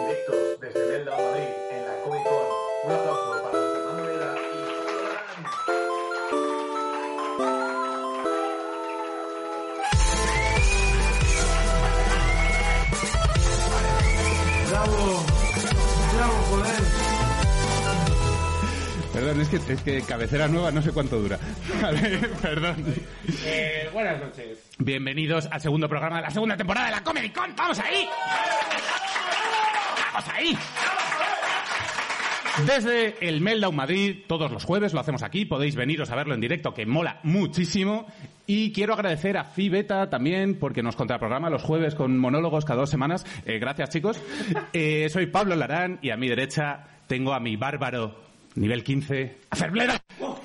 Directos desde Belda a Madrid en la Comic Con. Un aplauso para Fernando Vera y ¡Bravo! ¡Bravo, joder! Perdón, es que, es que cabecera nueva no sé cuánto dura. Vale, perdón. Eh, buenas noches. Bienvenidos al segundo programa de la segunda temporada de la Comedy Con. ¡Vamos ahí! ¡Vamos ahí! Desde el Meldown Madrid, todos los jueves lo hacemos aquí, podéis veniros a verlo en directo, que mola muchísimo. Y quiero agradecer a Fibeta también, porque nos contraprograma los jueves con monólogos cada dos semanas. Eh, gracias, chicos. Eh, soy Pablo Larán y a mi derecha tengo a mi bárbaro nivel 15, a Ferbleda. Bueno,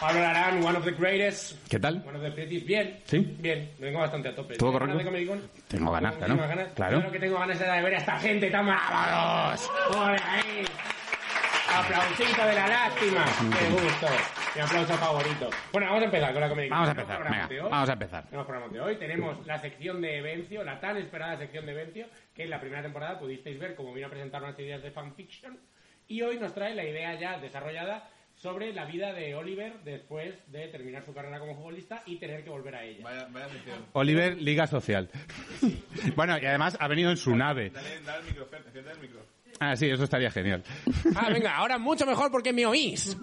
Pablo Larán, one of the greatest. ¿Qué tal? One of the prettiest. Bien. ¿Sí? Bien, vengo bastante a tope. ¿Todo ¿Tienes correcto? ganas de Comic Con? Tengo ganas, Tengo claro. muchísimas ganas. Claro. Yo lo que tengo ganas es de ver a esta gente tan malabados. ¡Por ahí! Aplausito de la lástima. ¡Qué gusto! Mi aplauso favorito. Bueno, vamos a empezar con la comedia. Vamos a Tenemos empezar, venga, programas de hoy. vamos a empezar. Tenemos programas de hoy. Tenemos la sección de Evencio, la tan esperada sección de Evencio, que en la primera temporada pudisteis ver cómo vino a presentar unas ideas de fanfiction. Y hoy nos trae la idea ya desarrollada sobre la vida de Oliver después de terminar su carrera como futbolista y tener que volver a ella. Vaya, vaya sección. Oliver, Liga Social. bueno, y además ha venido en su nave. Dale, dale el micro, Fer, enciende el micro. Ah, sí, eso estaría genial. Ah, venga, ahora mucho mejor porque me oís.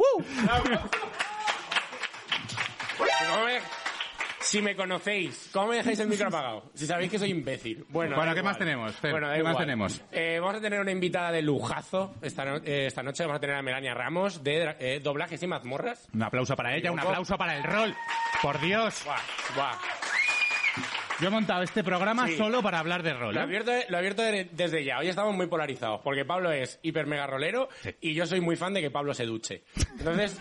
¿Cómo me- Si me conocéis, ¿cómo me dejáis el micro apagado? Si sabéis que soy imbécil. Bueno, Bueno, da ¿qué igual. más tenemos, Fer? Bueno, da ¿Qué más igual. tenemos? Eh, vamos a tener una invitada de lujazo esta, no- eh, esta noche. Vamos a tener a Melania Ramos de dra- eh, Doblajes y Mazmorras. Un aplauso para ella, un aplauso para el rol. Por Dios. Buah, buah. Yo he montado este programa Sí. solo para hablar de Lo rol. ¿eh? abierto, lo abierto de- desde ya. Hoy estamos muy polarizados porque Pablo es hiper mega rolero Sí. y yo soy muy fan de que Pablo se duche. Entonces,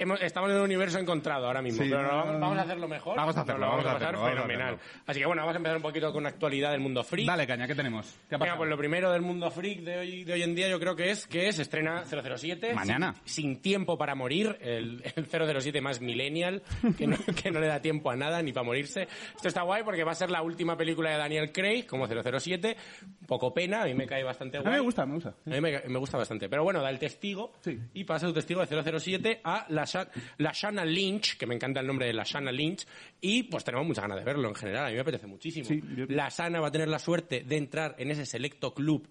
hemos- estamos en un universo encontrado ahora mismo. Sí, pero no, vamos, no, vamos a no. hacerlo mejor. Vamos a Nos hacerlo, lo vamos a pasar hacerlo, vamos a fenomenal. hacerlo. Así que bueno, vamos a empezar un poquito con actualidad del mundo freak. Dale, caña, ¿qué tenemos? ¿Qué ha Venga, pasado? pues lo primero del mundo freak de hoy, de hoy en día yo creo que es que se estrena 007. Mañana. Sin, sin tiempo para morir, el, el 007 más millennial, que no, que no le da tiempo a nada ni para morirse. Esto está guay porque va a ser la última película de Daniel Craig como 007. Un poco pena, a mí me cae bastante A guay. mí me gusta, me gusta. A mí me, me gusta bastante. Pero bueno, da el testigo Sí. y pasa el testigo de 007 a la, Sha- la Shana Lynch, que me encanta el nombre de la Shana Lynch, y pues tenemos muchas ganas de verlo en general, a mí me apetece muchísimo. Sí, yo- La Shana va a tener la suerte de entrar en ese selecto club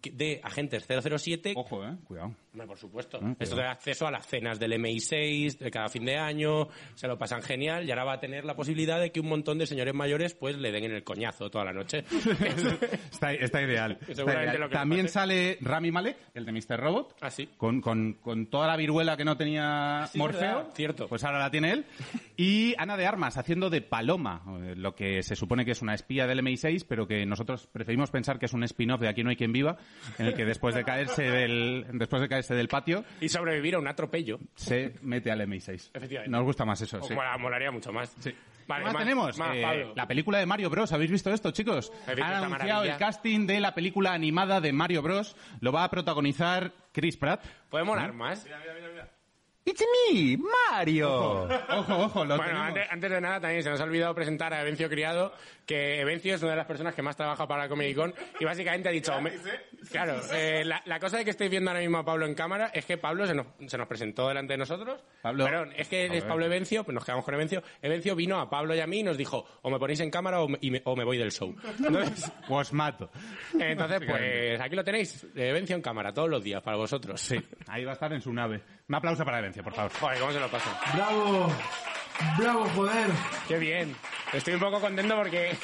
que- de agentes 007. Ojo, eh, cuidado. Hombre, por supuesto. Ah, Esto cuidado. te da acceso a las cenas del MI6 de cada fin de año, se lo pasan genial y ahora va a tener la posibilidad de que un montón de señores mayores pues le den en el coñazo toda la noche. Está, está ideal. Que Está seguramente ideal. lo que le También pase. sale Rami Malek, el de Mr. Robot. Ah, sí. Con, con- con toda la viruela que no tenía Sí, Morfeo. verdad, cierto. Pues ahora la tiene él. Y Ana de Armas haciendo de Paloma, eh, lo que se supone que es una espía del MI6, pero que nosotros preferimos pensar que es un spin-off de Aquí no hay quien viva, en el que después de caerse del, después de caerse del patio, y sobrevivir a un atropello. se mete al MI6. Efectivamente. Pues Nos gusta más eso, O Pues sí. mola- molaría mucho más. Vale, ¿Qué más, tenemos? más, Eh, Pablo. la película de Mario Bros. ¿Habéis visto esto, chicos? He visto Han esta anunciado maravilla. el casting de la película animada de Mario Bros. Lo va a protagonizar Chris Pratt. ¿Puede molar ¿Mm? más? Mira, mira, mira, mira. ¡It's me, Mario! Ojo, ojo, lo Bueno, tenemos. antes, antes de nada también se nos ha olvidado presentar a Evencio Criado, que Evencio es una de las personas que más trabaja para Comedy Con y básicamente ha dicho... me- Claro, eh, la, la cosa de que estáis viendo ahora mismo a Pablo en cámara es que Pablo se nos, se nos presentó delante de nosotros. Pablo. Perdón, es que es Joder. Pablo Evencio, pues nos quedamos con Evencio. Evencio vino a Pablo y a mí y nos dijo, o me ponéis en cámara o me, y me- o me voy del show. Entonces, Os Pues mato. entonces, Básicamente. pues aquí lo tenéis, Evencio en cámara todos los días para vosotros. Sí. Ahí va a estar en su nave. Un aplauso para Evencio, por favor. Joder, ¿cómo se lo pasa? ¡Bravo! ¡Bravo, joder! Qué bien. Estoy un poco contento porque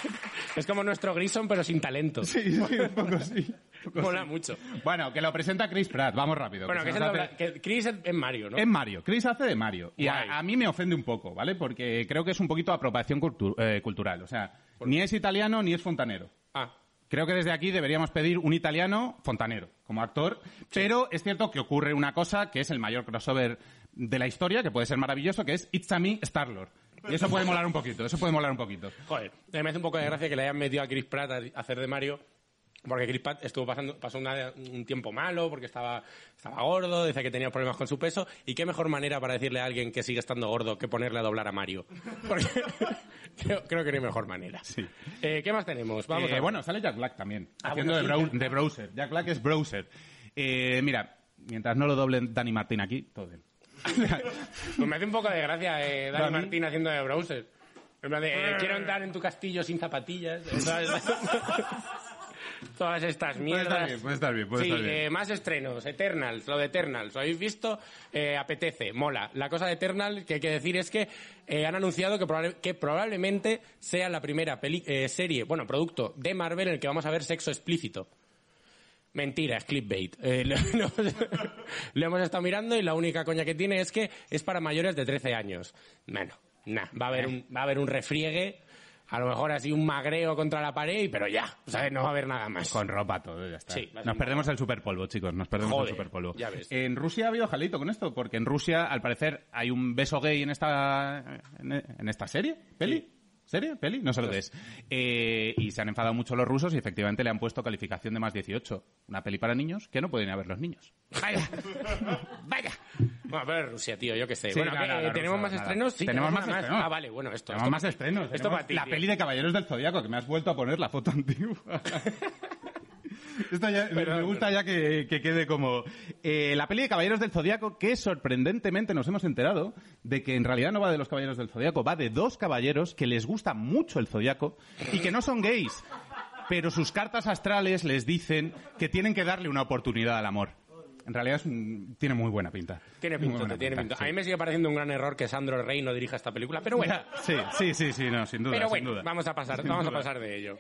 es como nuestro Grison, pero sin talento. pues Sí, sí, un poco sí. Mola mucho. Bueno, que lo presenta Chris Pratt, vamos rápido. Bueno, que que, se es nos el hace- Em- dobla- que Chris es, es Mario, ¿no? Es Mario, Chris hace de Mario. Y Guay. a, a mí me ofende un poco, ¿vale? Porque creo que es un poquito apropiación cultu- eh, cultural. O sea, ni es italiano ni es fontanero. Ah, Creo que desde aquí deberíamos pedir un italiano fontanero como actor, pero es cierto que ocurre una cosa que es el mayor crossover de la historia, que puede ser maravilloso, que es It's a Me Star-Lord. Y eso puede molar un poquito, eso puede molar un poquito. joder. Me hace un poco de gracia que le hayan metido a Chris Pratt a hacer de Mario. Porque Chris Pratt estuvo pasando, pasó una- un tiempo malo, porque estaba, estaba gordo, decía que tenía problemas con su peso. ¿Y qué mejor manera para decirle a alguien que sigue estando gordo que ponerle a doblar a Mario? Porque creo, creo que no hay mejor manera. Sí. Eh, ¿Qué más tenemos? Vamos Eh, a ver. bueno, sale Jack Black también, Ah, haciendo bueno, de, sí. brou- de browser. Jack Black es browser. Eh, mira, mientras no lo doblen Dani Martín aquí, todo bien. Pues me hace un poco de gracia eh, Dani. Dani Ah. Martín haciendo de browser. En plan de, eh, quiero entrar en tu castillo sin zapatillas. Pues eh, todas- Todas estas mierdas. estar pues bien, puede estar bien, puede sí, estar bien. eh, más estrenos. Eternals, lo de Eternals. ¿Lo habéis visto? Eh, apetece, mola. La cosa de Eternals que hay que decir es que eh, han anunciado que, probable- que probablemente sea la primera peli- eh, serie, bueno, producto de Marvel en el que vamos a ver sexo explícito. Mentira, es clickbait. Eh, lo, lo- lo hemos estado mirando y la única coña que tiene es que es para mayores de 13 años. Bueno, nah, va a Eh. haber un, va a haber un refriegue, a lo mejor así un magreo contra la pared, y- pero ya, ¿sabes? No va a haber nada más. Con ropa todo, ya está. Sí, va a ser nos un- perdemos el superpolvo, chicos, nos perdemos Joder, el superpolvo. ya ves. En Rusia ha habido jalito con esto, porque en Rusia, al parecer, hay un beso gay en esta, en, en esta serie, peli. ¿Serie? ¿Peli? No sé lo que es. Eh, y se han enfadado mucho los rusos y efectivamente le han puesto calificación de más 18. Una peli para niños que no pueden ir a ver los niños. Vaya, vaya. Bueno, pero es Rusia, tío, yo qué sé. Sí, bueno, no, ¿qué? no, no, ¿tenemos no, más nada. estrenos? Sí, tenemos más estrenos. Ah, vale, bueno, esto. Tenemos esto más pa- estrenos. Esto tenemos para ti. La tío. peli de Caballeros del Zodíaco, que me has vuelto a poner la foto antigua. Esto ya, me- Perdón, me gusta ya que, que quede como... eh, la peli de Caballeros del Zodíaco, que sorprendentemente nos hemos enterado de que en realidad no va de los Caballeros del Zodíaco, va de dos caballeros que les gusta mucho el Zodíaco y que no son gays, pero sus cartas astrales les dicen que tienen que darle una oportunidad al amor. En realidad es un- tiene muy buena pinta. Tiene Muy pinto, buena tiene pinto. A mí me sigue pareciendo un gran error que Sandro Rey no dirija esta película, pero bueno. Sí, sí, sí, sí, no, sin duda. Pero sin bueno, duda. vamos a pasar, Sin vamos a duda. pasar de ello.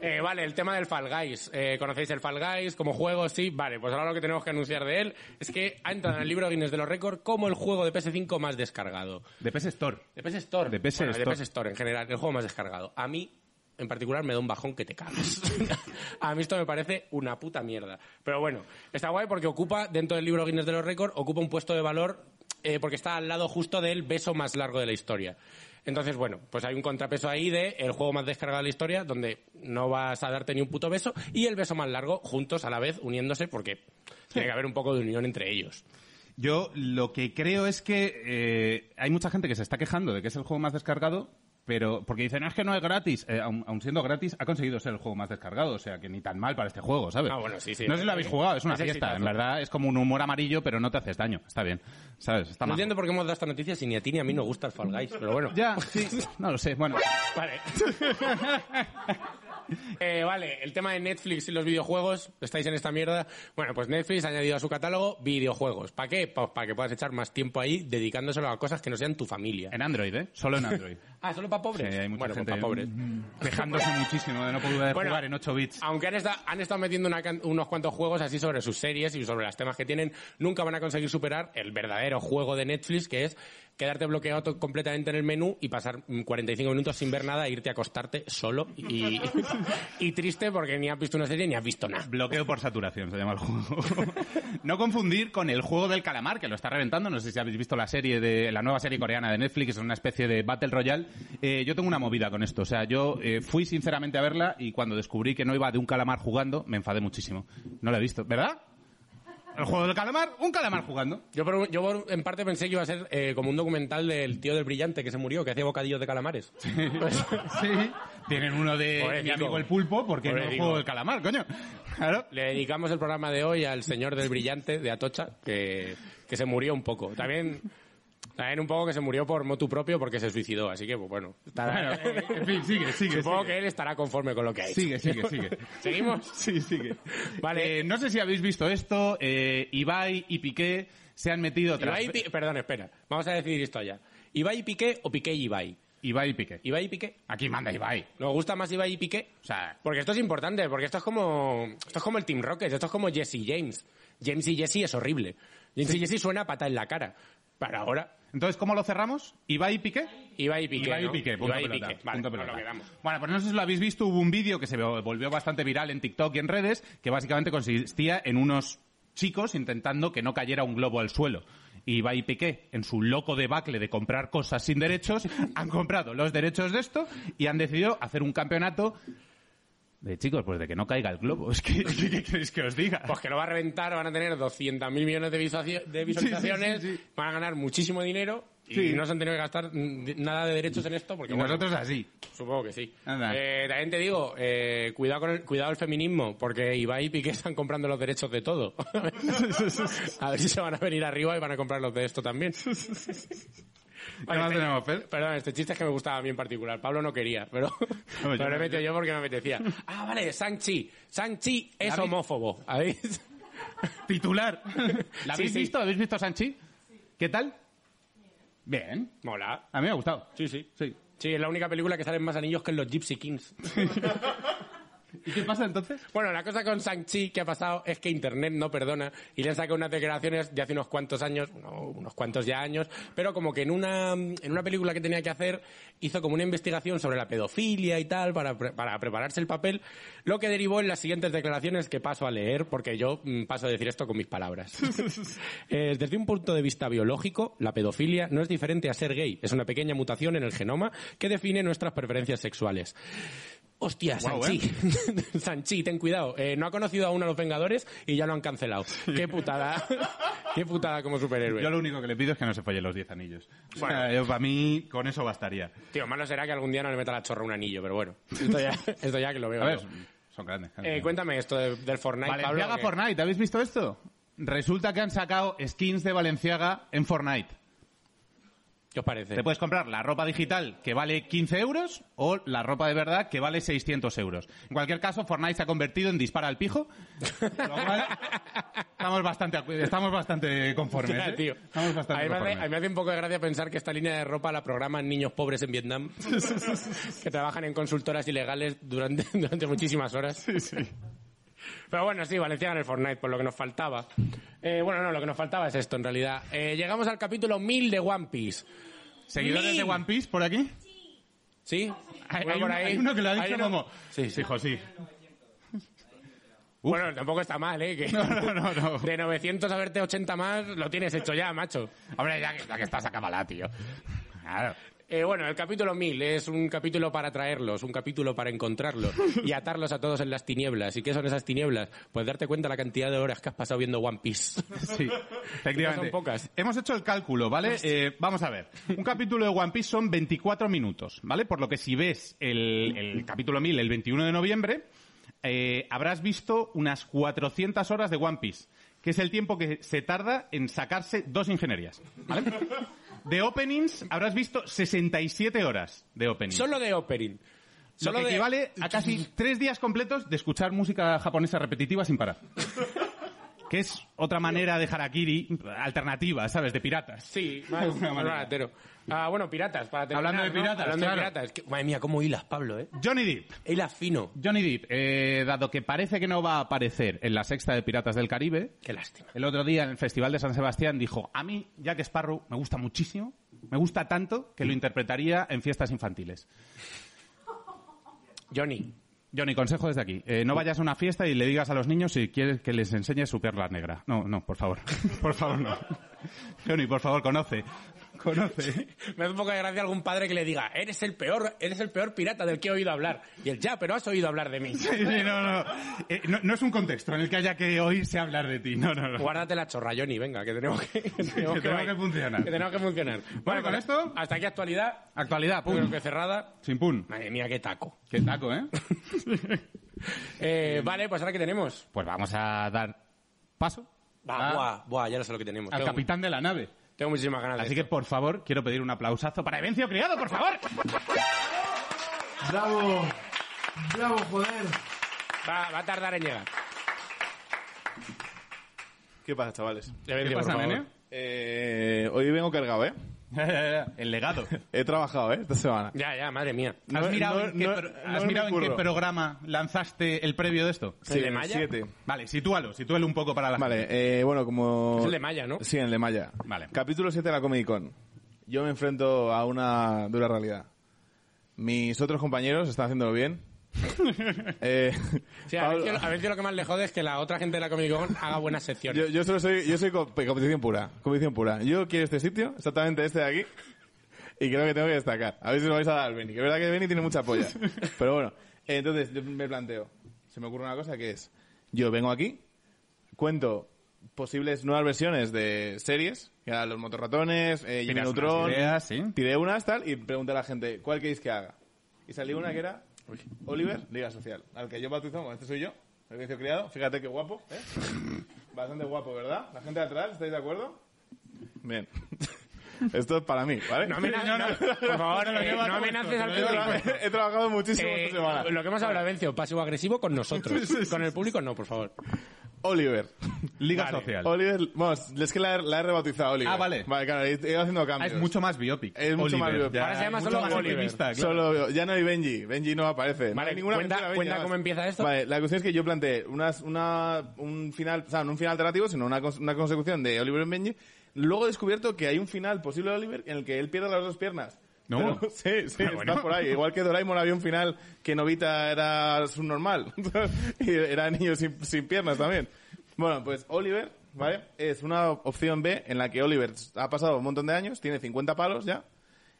Eh, vale, el tema del Fall Guys. Eh, ¿Conocéis el Fall Guys como juego? Sí, vale. Pues ahora lo que tenemos que anunciar de él es que ha entrado en el libro Guinness de los Récords como el juego de PS5 más descargado. De PS Store. De PS Store. De PS Bueno, Store. De PS Store en general, el juego más descargado. A mí, en particular, me da un bajón que te cagas. a mí esto me parece una puta mierda. Pero bueno, está guay porque ocupa, dentro del libro Guinness de los Récords, ocupa un puesto de valor eh, porque está al lado justo del beso más largo de la historia. Entonces, bueno, pues hay un contrapeso ahí de el juego más descargado de la historia, donde no vas a darte ni un puto beso, y el beso más largo juntos a la vez, uniéndose, porque tiene que haber un poco de unión entre ellos. Yo lo que creo es que eh, hay mucha gente que se está quejando de que es el juego más descargado, pero porque dicen, "No, es que no es gratis. Eh, aun, aun siendo gratis, ha conseguido ser el juego más descargado, o sea que ni tan mal para este juego, ¿sabes? Ah, bueno, sí, sí. No sé si lo habéis jugado, es una Es fiesta. En exitazo. verdad es como un humor amarillo, pero no te haces daño. Está bien, ¿sabes? Está No mal. entiendo por qué hemos dado esta noticia si ni a ti ni a mí nos gusta el Fall Guys, pero bueno. Ya, sí, no lo sé. Bueno, Vale. Eh, vale, el tema de Netflix y los videojuegos, estáis en esta mierda. Bueno, pues Netflix ha añadido a su catálogo videojuegos. ¿Para qué? Pues para que puedas echar más tiempo ahí dedicándoselo a cosas que no sean tu familia. en Android, ¿eh? Solo en Android. Ah, solo para Sí, pobres. hay mucha bueno, gente para pobres. mm, quejándose muchísimo de no poder Bueno, Ah. jugar en 8 bits. Aunque han, esta- han estado metiendo una can- unos cuantos juegos así sobre sus series y sobre los temas que tienen, nunca van a conseguir superar el verdadero juego de Netflix, que es quedarte bloqueado to- completamente en el menú y pasar mm, 45 minutos sin ver nada e irte a acostarte solo y, y triste porque ni has visto una serie ni has visto nada. Bloqueo por saturación se llama el juego. no confundir con el juego del calamar, que lo está reventando. No sé si habéis visto la serie de la nueva serie coreana de Netflix, es una especie de Battle Royale. Eh, yo tengo una movida con esto. O sea, yo eh, fui sinceramente a verla y cuando descubrí que no iba de un calamar jugando, me enfadé muchísimo. No la he visto, ¿verdad? El juego del calamar, un calamar jugando. Yo, por, yo por- en parte pensé que iba a ser eh, como un documental del tío del brillante que se murió, que hacía bocadillos de calamares. sí. Tienen uno de Pobre mi Diego. amigo el pulpo, porque Pobre no el Diego. juego del calamar, coño. Claro. Le dedicamos el programa de hoy al señor del brillante de Atocha, que, que se murió un poco. También, también un poco que se murió por motu propio porque se suicidó, así que pues bueno. estará- Bueno, en fin, sigue, sigue, Supongo sigue. que él estará conforme con lo que ha hecho. Sigue, sigue, sigue. ¿Seguimos? Sí, sigue. Vale. Eh, no sé si habéis visto esto. eh, Ibai y Piqué se han metido tras... Ibai y Pi- Perdón, espera. Vamos a decidir esto ya. ¿Ibai y Piqué o Piqué y Ibai? Ibai y Piqué. Ibai y Piqué. Aquí manda Ibai. Nos gusta más Ibai y Piqué. O sea, Porque esto es importante, porque esto es como esto es como el Team Rocket, esto es como Jesse James. James y Jesse es horrible. James y Jesse suena a pata en la cara. Para ahora, entonces, ¿cómo lo cerramos? ¿Ibai y Piqué? Ibai y Piqué. Ibai y ¿no? Piqué, punto Ibai y pelota, Piqué. Vale, punto nos pelota. lo quedamos. Bueno, pues no sé si lo habéis visto, hubo un vídeo que se volvió bastante viral en TikTok y en redes, que básicamente consistía en unos chicos intentando que no cayera un globo al suelo. Y Ibai y Piqué, en su loco debacle de comprar cosas sin derechos, han comprado los derechos de esto y han decidido hacer un campeonato de chicos, pues de que no caiga el globo. Es que, ¿qué, qué queréis que os diga? Pues que lo va a reventar, van a tener 200.000 millones de, visualizaci- de visualizaciones, sí, sí, sí. van a ganar muchísimo dinero y Sí. no se han tenido que gastar mm, de- nada de derechos en esto porque Y bueno, nosotros así. supongo que sí. Anda. Eh, también te digo, eh, cuidado con el, cuidado el feminismo porque Ibai y Piqué están comprando los derechos de todo. a ver si se van a venir arriba y van a comprar los de esto también. Pues, ¿Qué eh, más tenemos, Fer? Perdón, este chiste es que me gustaba a mí en particular. Pablo no quería, pero, No, yo pero lo he no- metido yo porque me apetecía. Ah, vale, Sanchi. Sanchi es ¿La vi- homófobo. ¿Habéis? Titular. ¿La habéis pues, Sí, sí. visto? ¿Habéis visto a Sanchi? ¿Qué tal? Bien. Mola. A mí me ha gustado. Sí, sí. Sí. Sí, es la única película que salen más anillos que en los Gypsy Kings. ¿Y qué pasa entonces? Bueno, la cosa con Shang-Chi que ha pasado es que Internet no perdona y le han sacado unas declaraciones de hace unos cuantos años, no, unos cuantos ya años, pero como que en una, en una película que tenía que hacer hizo como una investigación sobre la pedofilia y tal para, pre- para prepararse el papel, lo que derivó en las siguientes declaraciones que paso a leer porque yo mm, paso a decir esto con mis palabras. Eh, desde un punto de vista biológico, la pedofilia no es diferente a ser gay, es una pequeña mutación en el genoma que define nuestras preferencias sexuales. Hostia, Guau, Sanchi. Sanchi, ten cuidado. Eh, no ha conocido aún a los Vengadores y ya lo han cancelado. Qué putada. Qué putada como superhéroe. Yo lo único que le pido es que no se folle los 10 anillos. O sea, yo, para mí, con eso bastaría. Tío, malo será que algún día no le meta la chorra un anillo, pero bueno. Esto ya, esto ya que lo veo. A ver, yo. son grandes. Eh, cuéntame esto de- del Fortnite, Valenciaga Pablo. que- Fortnite, ¿habéis visto esto? Resulta que han sacado skins de Valenciaga en Fortnite. ¿Qué os parece? Te puedes comprar la ropa digital que vale 15 euros o la ropa de verdad que vale 600 euros. En cualquier caso, Fortnite se ha convertido en dispara al pijo. lo cual, estamos bastante, acu- estamos bastante conformes. Ya, ¿eh? tío. Estamos bastante a, mí me hace, conformes. a mí me hace un poco de gracia pensar que esta línea de ropa la programan niños pobres en Vietnam que trabajan en consultoras ilegales durante, durante muchísimas horas. Pero bueno, sí, Valenciaga en el Fortnite, por lo que nos faltaba. Eh, bueno, no, lo que nos faltaba es esto, en realidad. Eh, llegamos al capítulo 1000 de One Piece. ¿Seguidores de ¡Mil! One Piece por aquí? ¿Sí? Hay, Uno hay por un- ahí. hay uno que lo ha Hay dicho uno- como... Sí, sí. Hijo, sí. Bueno, tampoco está mal, ¿eh? Que No, no, no, no. De 900 a verte 80 más, lo tienes hecho ya, macho. Hombre, ya que, ya que estás, acábala, tío. Claro. Eh, bueno, el capítulo 1000 es un capítulo para traerlos, un capítulo para encontrarlos y atarlos a todos en las tinieblas. ¿Y qué son esas tinieblas? Pues darte cuenta la cantidad de horas que has pasado viendo One Piece. Sí, efectivamente. Son pocas. Hemos hecho el cálculo, ¿vale? Eh, vamos a ver. Un capítulo de One Piece son 24 minutos, ¿vale? Por lo que si ves el, el capítulo 1000 el 21 de noviembre, eh, habrás visto unas 400 horas de One Piece, que es el tiempo que se tarda en sacarse dos ingenierías, ¿vale? De openings habrás visto 67 horas de openings. Solo de opening. Lo Solo que de- equivale a casi tres días completos de escuchar música japonesa repetitiva sin parar. que es otra manera de harakiri alternativa, ¿sabes? De piratas. Sí, más, alguna más manera. baratero. Ah, bueno, piratas, para terminar, Hablando de ¿no? piratas, Hablando de claro. piratas. Que- Madre mía, cómo hilas, Pablo, ¿eh? Johnny Depp. Hilas fino. Johnny Depp, eh, dado que parece que no va a aparecer en la sexta de Piratas del Caribe, Qué lástima. el otro día en el Festival de San Sebastián dijo, a mí Jack Sparrow me gusta muchísimo, me gusta tanto que lo interpretaría en fiestas infantiles. Johnny, Johnny, consejo desde aquí. Eh, no vayas a una fiesta y le digas a los niños si quieres que les enseñe su perla negra. No, no, por favor. Por favor, no. Johnny, por favor, conoce. Conoce. me hace un poco de gracia algún padre que le diga, eres el peor, eres el peor pirata del que he oído hablar. Y él, ya, pero has oído hablar de mí. Sí, sí, no, no. Eh, no. no es un contexto en el que haya que oírse hablar de ti. No, no, no. Guárdate la chorra, Johnny, venga, que tenemos que, que tenemos que tenemos que funcionar. que tenemos que funcionar. Bueno, con pues, esto- Hasta aquí actualidad. Actualidad, Yo Creo pum. que cerrada. Sin pum. Madre mía, qué taco. Qué taco, ¿eh? Eh, vale, pues ahora que tenemos. Pues vamos a dar paso Ah, a- buah, buah, ya no sé lo que tenemos. al Tengo, capitán de la nave. tengo muchísimas ganas de Así que, por favor, quiero pedir un aplausazo para Evencio Criado, por favor. Bravo, bravo, joder. esto. va, va a tardar en llegar. ¿Qué pasa, chavales? Evencio, ¿Qué por pasa, favor. nene? Eh, hoy vengo cargado, ¿eh? El legado. He trabajado, ¿eh? Esta semana. Ya, ya, madre mía. No, ¿Has mirado, no, en, qué, no, pro- no has me mirado en qué ocurro. programa lanzaste el previo de esto? ¿El de Maya? siete. Vale, sitúalo, sitúalo un poco para la gente. Vale, eh, bueno, como... Es el de Maya, ¿no? Sí, el de Maya. Vale. Capítulo 7 de la Comic Con. Yo me enfrento a una dura realidad. Mis otros compañeros están haciéndolo bien. Eh, Sí, a, Pablo- ver a Vencio lo que más le jode es que la otra gente de la Comic Con haga buenas secciones. yo, yo solo soy, yo soy co- competición pura, competición pura. Yo quiero este sitio, exactamente este de aquí, y creo que tengo que destacar. A ver si lo vais a dar al Benny, que es verdad que Benny tiene mucha polla. Pero bueno, eh, entonces yo me planteo, se me ocurre una cosa que es, yo vengo aquí, cuento posibles nuevas versiones de series, que eran los motorratones, eh, Jimmy Tiras unas Neutron, ideas, sí. tiré unas tal, y pregunté a la gente, ¿cuál queréis que haga? Y salió una que era Oliver, Liga Social, al que yo bautizo, como este soy yo, el vicio criado, fíjate qué guapo, ¿eh? Bastante guapo, ¿verdad? La gente de atrás, ¿estáis de acuerdo? Bien. Esto es para mí, ¿vale? No amenaces, No, no, por favor, no lo eh, llevo a no tu amenaces gusto, al no lo llevo a- público. He trabajado muchísimo Eh, esta semana. lo que hemos hablado, Vencio, pasivo agresivo con nosotros. Con el público no, por favor. Oliver. Liga Vale. Social. Oliver, vamos, es que la, he- la he rebautizado, Oliver. Ah, vale. Vale, claro, he he ido haciendo Ah, cambios. es mucho más biopic. Es mucho más biopic. ya, Ahora se llama mucho solo más Oliver. optimista, claro. Solo, ya no hay Benji, Benji no aparece. No Vale, hay ninguna cuenta- mención a Benji, cuenta además. cómo empieza esto. Vale, la cuestión es que yo planteé unas, una, un final, o sea, no un final alternativo, sino una, cons- una consecución de Oliver y Benji. Luego he descubierto que hay un final posible de Oliver en el que él pierde las dos piernas. No. Pero- sí, sí, Ah, está bueno. por ahí. Igual que Doraemon había un final que Novita era subnormal. y era niño sin, sin piernas también. Bueno, pues Oliver, ¿vale? Es una opción B en la que Oliver ha pasado un montón de años, tiene 50 palos ya,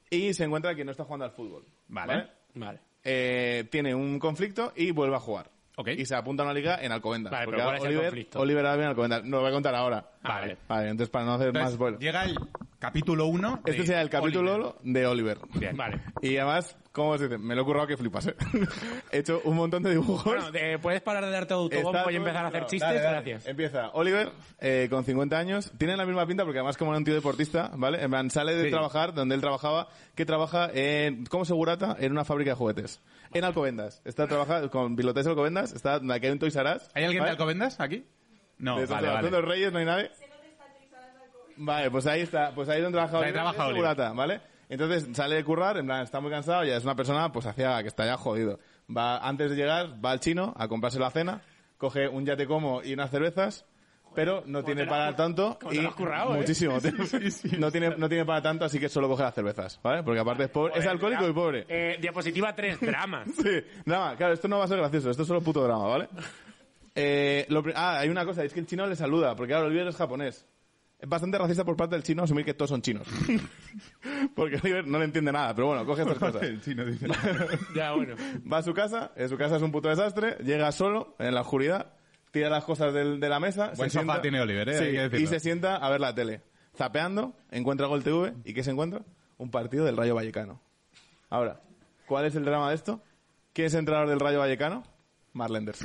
y se encuentra que no está jugando al fútbol. Vale. Vale. Eh, tiene un conflicto y vuelve a jugar. Ok. Y se apunta a una liga en Alcobendas. Vale, pero porque ¿cuál es el Oliver, conflicto? Oliver ahora viene a Alcobendas. No lo voy a contar ahora. Ah, vale. Vale, entonces para no hacer Entonces, más vuelo. llega el capítulo 1. Este será el capítulo de Oliver. Vale. Y además, ¿cómo se dice? Me lo he currado que flipas, ¿eh? He hecho un montón de dibujos. Pues- Bueno, te- puedes parar de darte autobombo Está y empezar a hacer todo- chistes. Dale, dale. Gracias. Empieza. Oliver, eh, con 50 años, tiene la misma pinta porque además como era un tío deportista, ¿vale? En plan, sale de Sí. trabajar donde él trabajaba, que trabaja en, como segurata en una fábrica de juguetes. En Alcobendas. Está trabajando con pilotes de Alcobendas, está donde aquí hay un Toys R Us, ¿Hay alguien de ¿vale? Alcobendas aquí? No, De San vale, Sebastián vale. los Reyes no hay nadie. Vale, pues ahí está, pues ahí es donde trabaja Ahí Oliver, trabaja es Oliver. segurata, ¿vale? Entonces sale de currar, en plan, está muy cansado, ya es una persona, pues hacia que está ya jodido. Va, antes de llegar, va al chino a comprarse la cena, coge un yate como y unas cervezas, pero no tiene lo has para cur- tanto cómo y te lo has currado, ¿eh? muchísimo. no tiene, no tiene para tanto, así que solo coge las cervezas, ¿vale? Porque aparte es pobre, es Joder, alcohólico dra- y pobre. Eh, diapositiva 3, drama. Sí, drama. Claro, esto no va a ser gracioso, esto es solo puto drama, ¿vale? Eh, lo pri- ah, hay una cosa, es que el chino le saluda, porque claro, Oliver es japonés. Es bastante racista por parte del chino asumir que todos son chinos. porque Oliver no le entiende nada, pero bueno, coge estas cosas. El chino dice. ya, bueno. Va a su casa, en su casa es un puto desastre, llega solo, en la oscuridad, tira las cosas del- de la mesa. Buen sofá tiene Oliver, ¿eh? Sí, Hay que decirlo. y se sienta a ver la tele. Zapeando, encuentra Gol TV, ¿y qué se encuentra? Un partido del Rayo Vallecano. Ahora, ¿cuál es el drama de esto? ¿Quién es entrenador del Rayo Vallecano? Marlenders.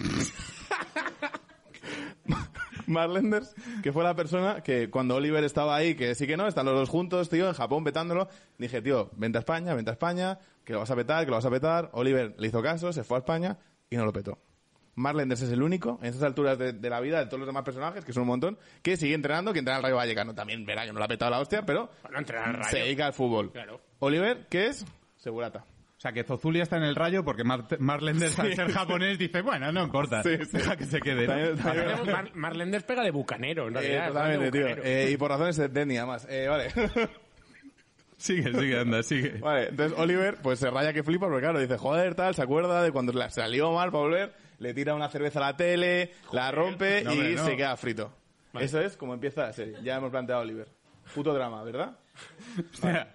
Marlenders, que fue la persona que cuando Oliver estaba ahí, que sí que no, están los dos juntos, tío, en Japón petándolo, dije, tío, vente a España, vente a España, que lo vas a petar, que lo vas a petar. Oliver le hizo caso, se fue a España y no lo petó. Marlenders es el único, en estas alturas de, de la vida, de todos los demás personajes, que son un montón, que sigue entrenando, que entrena al Rayo Vallecano. También verá que no lo ha petado la hostia, pero Bueno, entrenar al Rayo. se dedica al fútbol. Claro. Oliver, ¿qué es? Segurata. O sea, que Zozulia está en el rayo porque Mar- Marlenders, al ser japonés, dice, bueno, no importa, Sí, sí. deja que se quede. ¿no? También- también- Mar- Marlenders pega de bucanero, en Eh, realidad. totalmente, de tío. bucanero. Eh, y por razones de etnia, además. Eh, vale. Sigue, sigue, anda, sigue. Vale, entonces Oliver pues se raya que flipa porque claro, dice, joder, tal, se acuerda de cuando la salió mal para volver, le tira una cerveza a la tele, la rompe No, y hombre, no. se queda frito. Eso es como empieza la serie, ya hemos planteado a Oliver. Puto drama, ¿verdad? Hostia.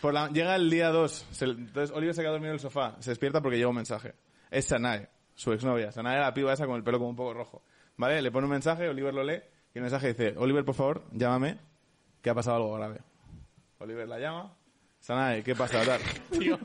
Por la- llega el día 2, entonces Oliver se queda dormido en el sofá, se despierta porque llega un mensaje. Es Sanae, su exnovia. Sanae era la piba esa con el pelo como un poco rojo. ¿Vale? Le pone un mensaje, Oliver lo lee y el mensaje dice, Oliver, por favor, llámame, que ha pasado algo grave. Oliver la llama. Sanae, ¿qué pasa? Tal. Tío.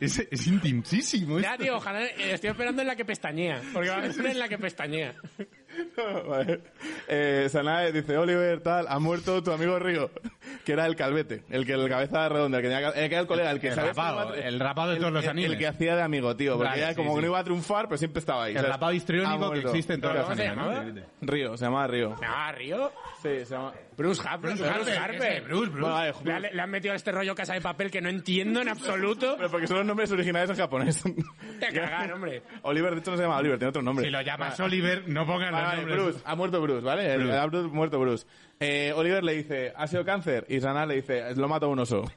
Es, es intensísimo Ya, esto. tío, ojalá. eh, Estoy esperando en la que pestañea. Porque va a ser en la que pestañea. Vale. Eh, Sanae dice, Oliver, tal, ha muerto tu amigo Río. que era el calvete, el que el cabeza redonda, el que, tenía, el que era el colega, el que El ¿sabes? rapado, El- el rapado de todos los el- animes. El que hacía de amigo, tío, porque Vale, ya sí, como sí. que no iba a triunfar, pero siempre estaba ahí. El ¿sabes? rapado Ha histriónico que muerto. existe en todos los Pero ¿Cómo se animes, llamaba? ¿no? Río, se llamaba Río. Ah, Río. Sí, se llama. Bruce Harper. Bruce Harper. Ese, Bruce, Bruce. Bueno, vale, Le, han- le han metido a este rollo casa de papel que no entiendo en absoluto. Pero porque son los nombres originales en japonés. Te cagan, hombre. Oliver, de hecho, no se llama Oliver, tiene otro nombre. Si lo llamas Oliver, no pongas Vale, los vale, nombres. Bruce, ha muerto Bruce, ¿vale? El- Bruce. Ha bru- muerto Bruce. Eh, Oliver le dice, ¿ha sido cáncer? Y Sana le dice, lo mató un oso.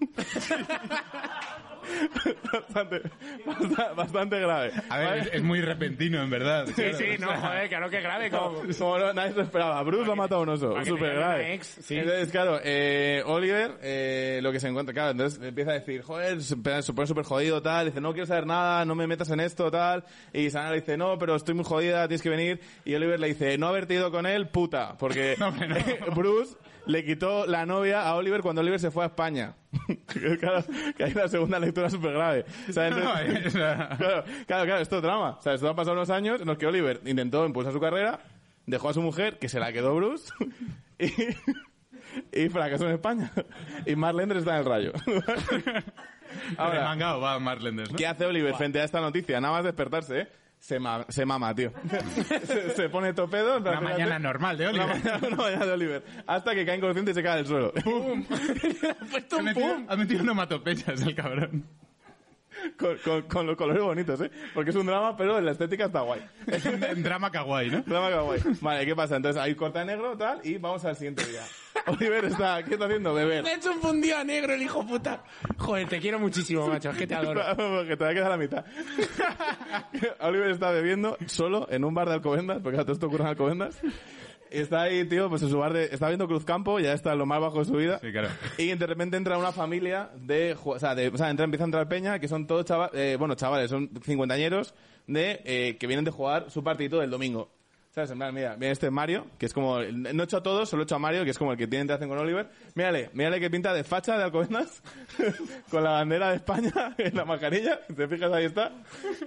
bastante, basta- bastante grave. A ver, ¿vale? es, es muy repentino, en verdad. Sí, sí, no, joder, claro que grave. Como... Como no, nadie se lo esperaba. Bruce lo ha matado a un oso. para que te Súper llame grave. una ex, sí. Entonces, claro, eh, Oliver, eh, lo que se encuentra, claro, entonces empieza a decir, joder, se empieza- se pone súper jodido, tal. Dice, no quiero saber nada, no me metas en esto, tal. Y Sana le dice, no, pero estoy muy jodida, tienes que venir. Y Oliver le dice, no haberte ido con él, puta. Porque No, hombre, no. Bruce le quitó la novia a Oliver cuando Oliver se fue a España. claro, que hay una segunda lectura súper grave. O sea, entonces- No, eh, o sea, Claro, claro, claro, esto es drama. O sea, esto han pasado unos años en los que Oliver intentó impulsar su carrera, dejó a su mujer, que se la quedó Bruce, y, y fracasó en España. Y Marlendres está en el rayo. Ahora, remangado va Marlenders, ¿no? ¿qué hace Oliver frente a esta noticia? Nada más despertarse, ¿eh? Se, ma- se mama, tío. se, se pone topedo. en plan, Una mañana normal de Una Oliver. mañana, una mañana de Oliver. Hasta que cae inconsciente y se cae al suelo. Ha puesto Ha un metido- pues pum. Ha metido onomatopeyas el cabrón. con, con- con los colores bonitos, ¿eh? Porque es un drama, pero la estética está guay. Es un un drama kawaii, ¿no? Drama Cowboy. Vale, ¿qué pasa? Entonces ahí corta negro, tal, y vamos al siguiente día. Oliver está, ¿qué está haciendo? Beber. Le ha hecho un fundido a negro el hijo puta. Joder, te quiero muchísimo, macho. Es que te adoro. Porque te va a quedar la mitad. Oliver está bebiendo solo en un bar de Alcobendas, porque claro, todo esto ocurre en Alcobendas. Y está ahí, tío, pues en su bar de... Está viendo Cruzcampo, ya está en lo más bajo de su vida. Sí, claro. Y de repente entra una familia de... ju- O sea, de- o sea, entra, empieza a entrar peña, que son todos chavales... bueno, chavales, son cincuentañeros de, eh, que vienen de jugar su partidito del domingo. ¿Sabes? En plan, mira, mira este Mario, que es como... No he hecho a todos, solo he hecho a Mario, que es como el que tienen hacen con Oliver. Mírale, mírale que pinta de facha de Alcobendas, con la bandera de España en la mascarilla, si te fijas ahí está,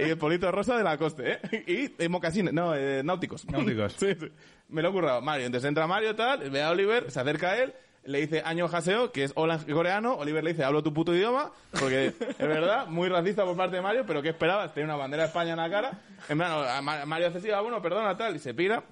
y el polito rosa de la coste, ¿eh? Y, y mocasines, no, eh, náuticos. Náuticos. Sí, sí. Me lo he currado, Mario. Entonces entra Mario, tal, ve a Oliver, se acerca a él, le dice año haseo, que es hola en coreano. Oliver le dice, hablo tu puto idioma, porque es verdad, muy racista por parte de Mario, pero ¿qué esperabas? Tenía una bandera de España en la cara. En plan, a Ma- Mario hace sí, ah, bueno, perdona, tal, y se pira.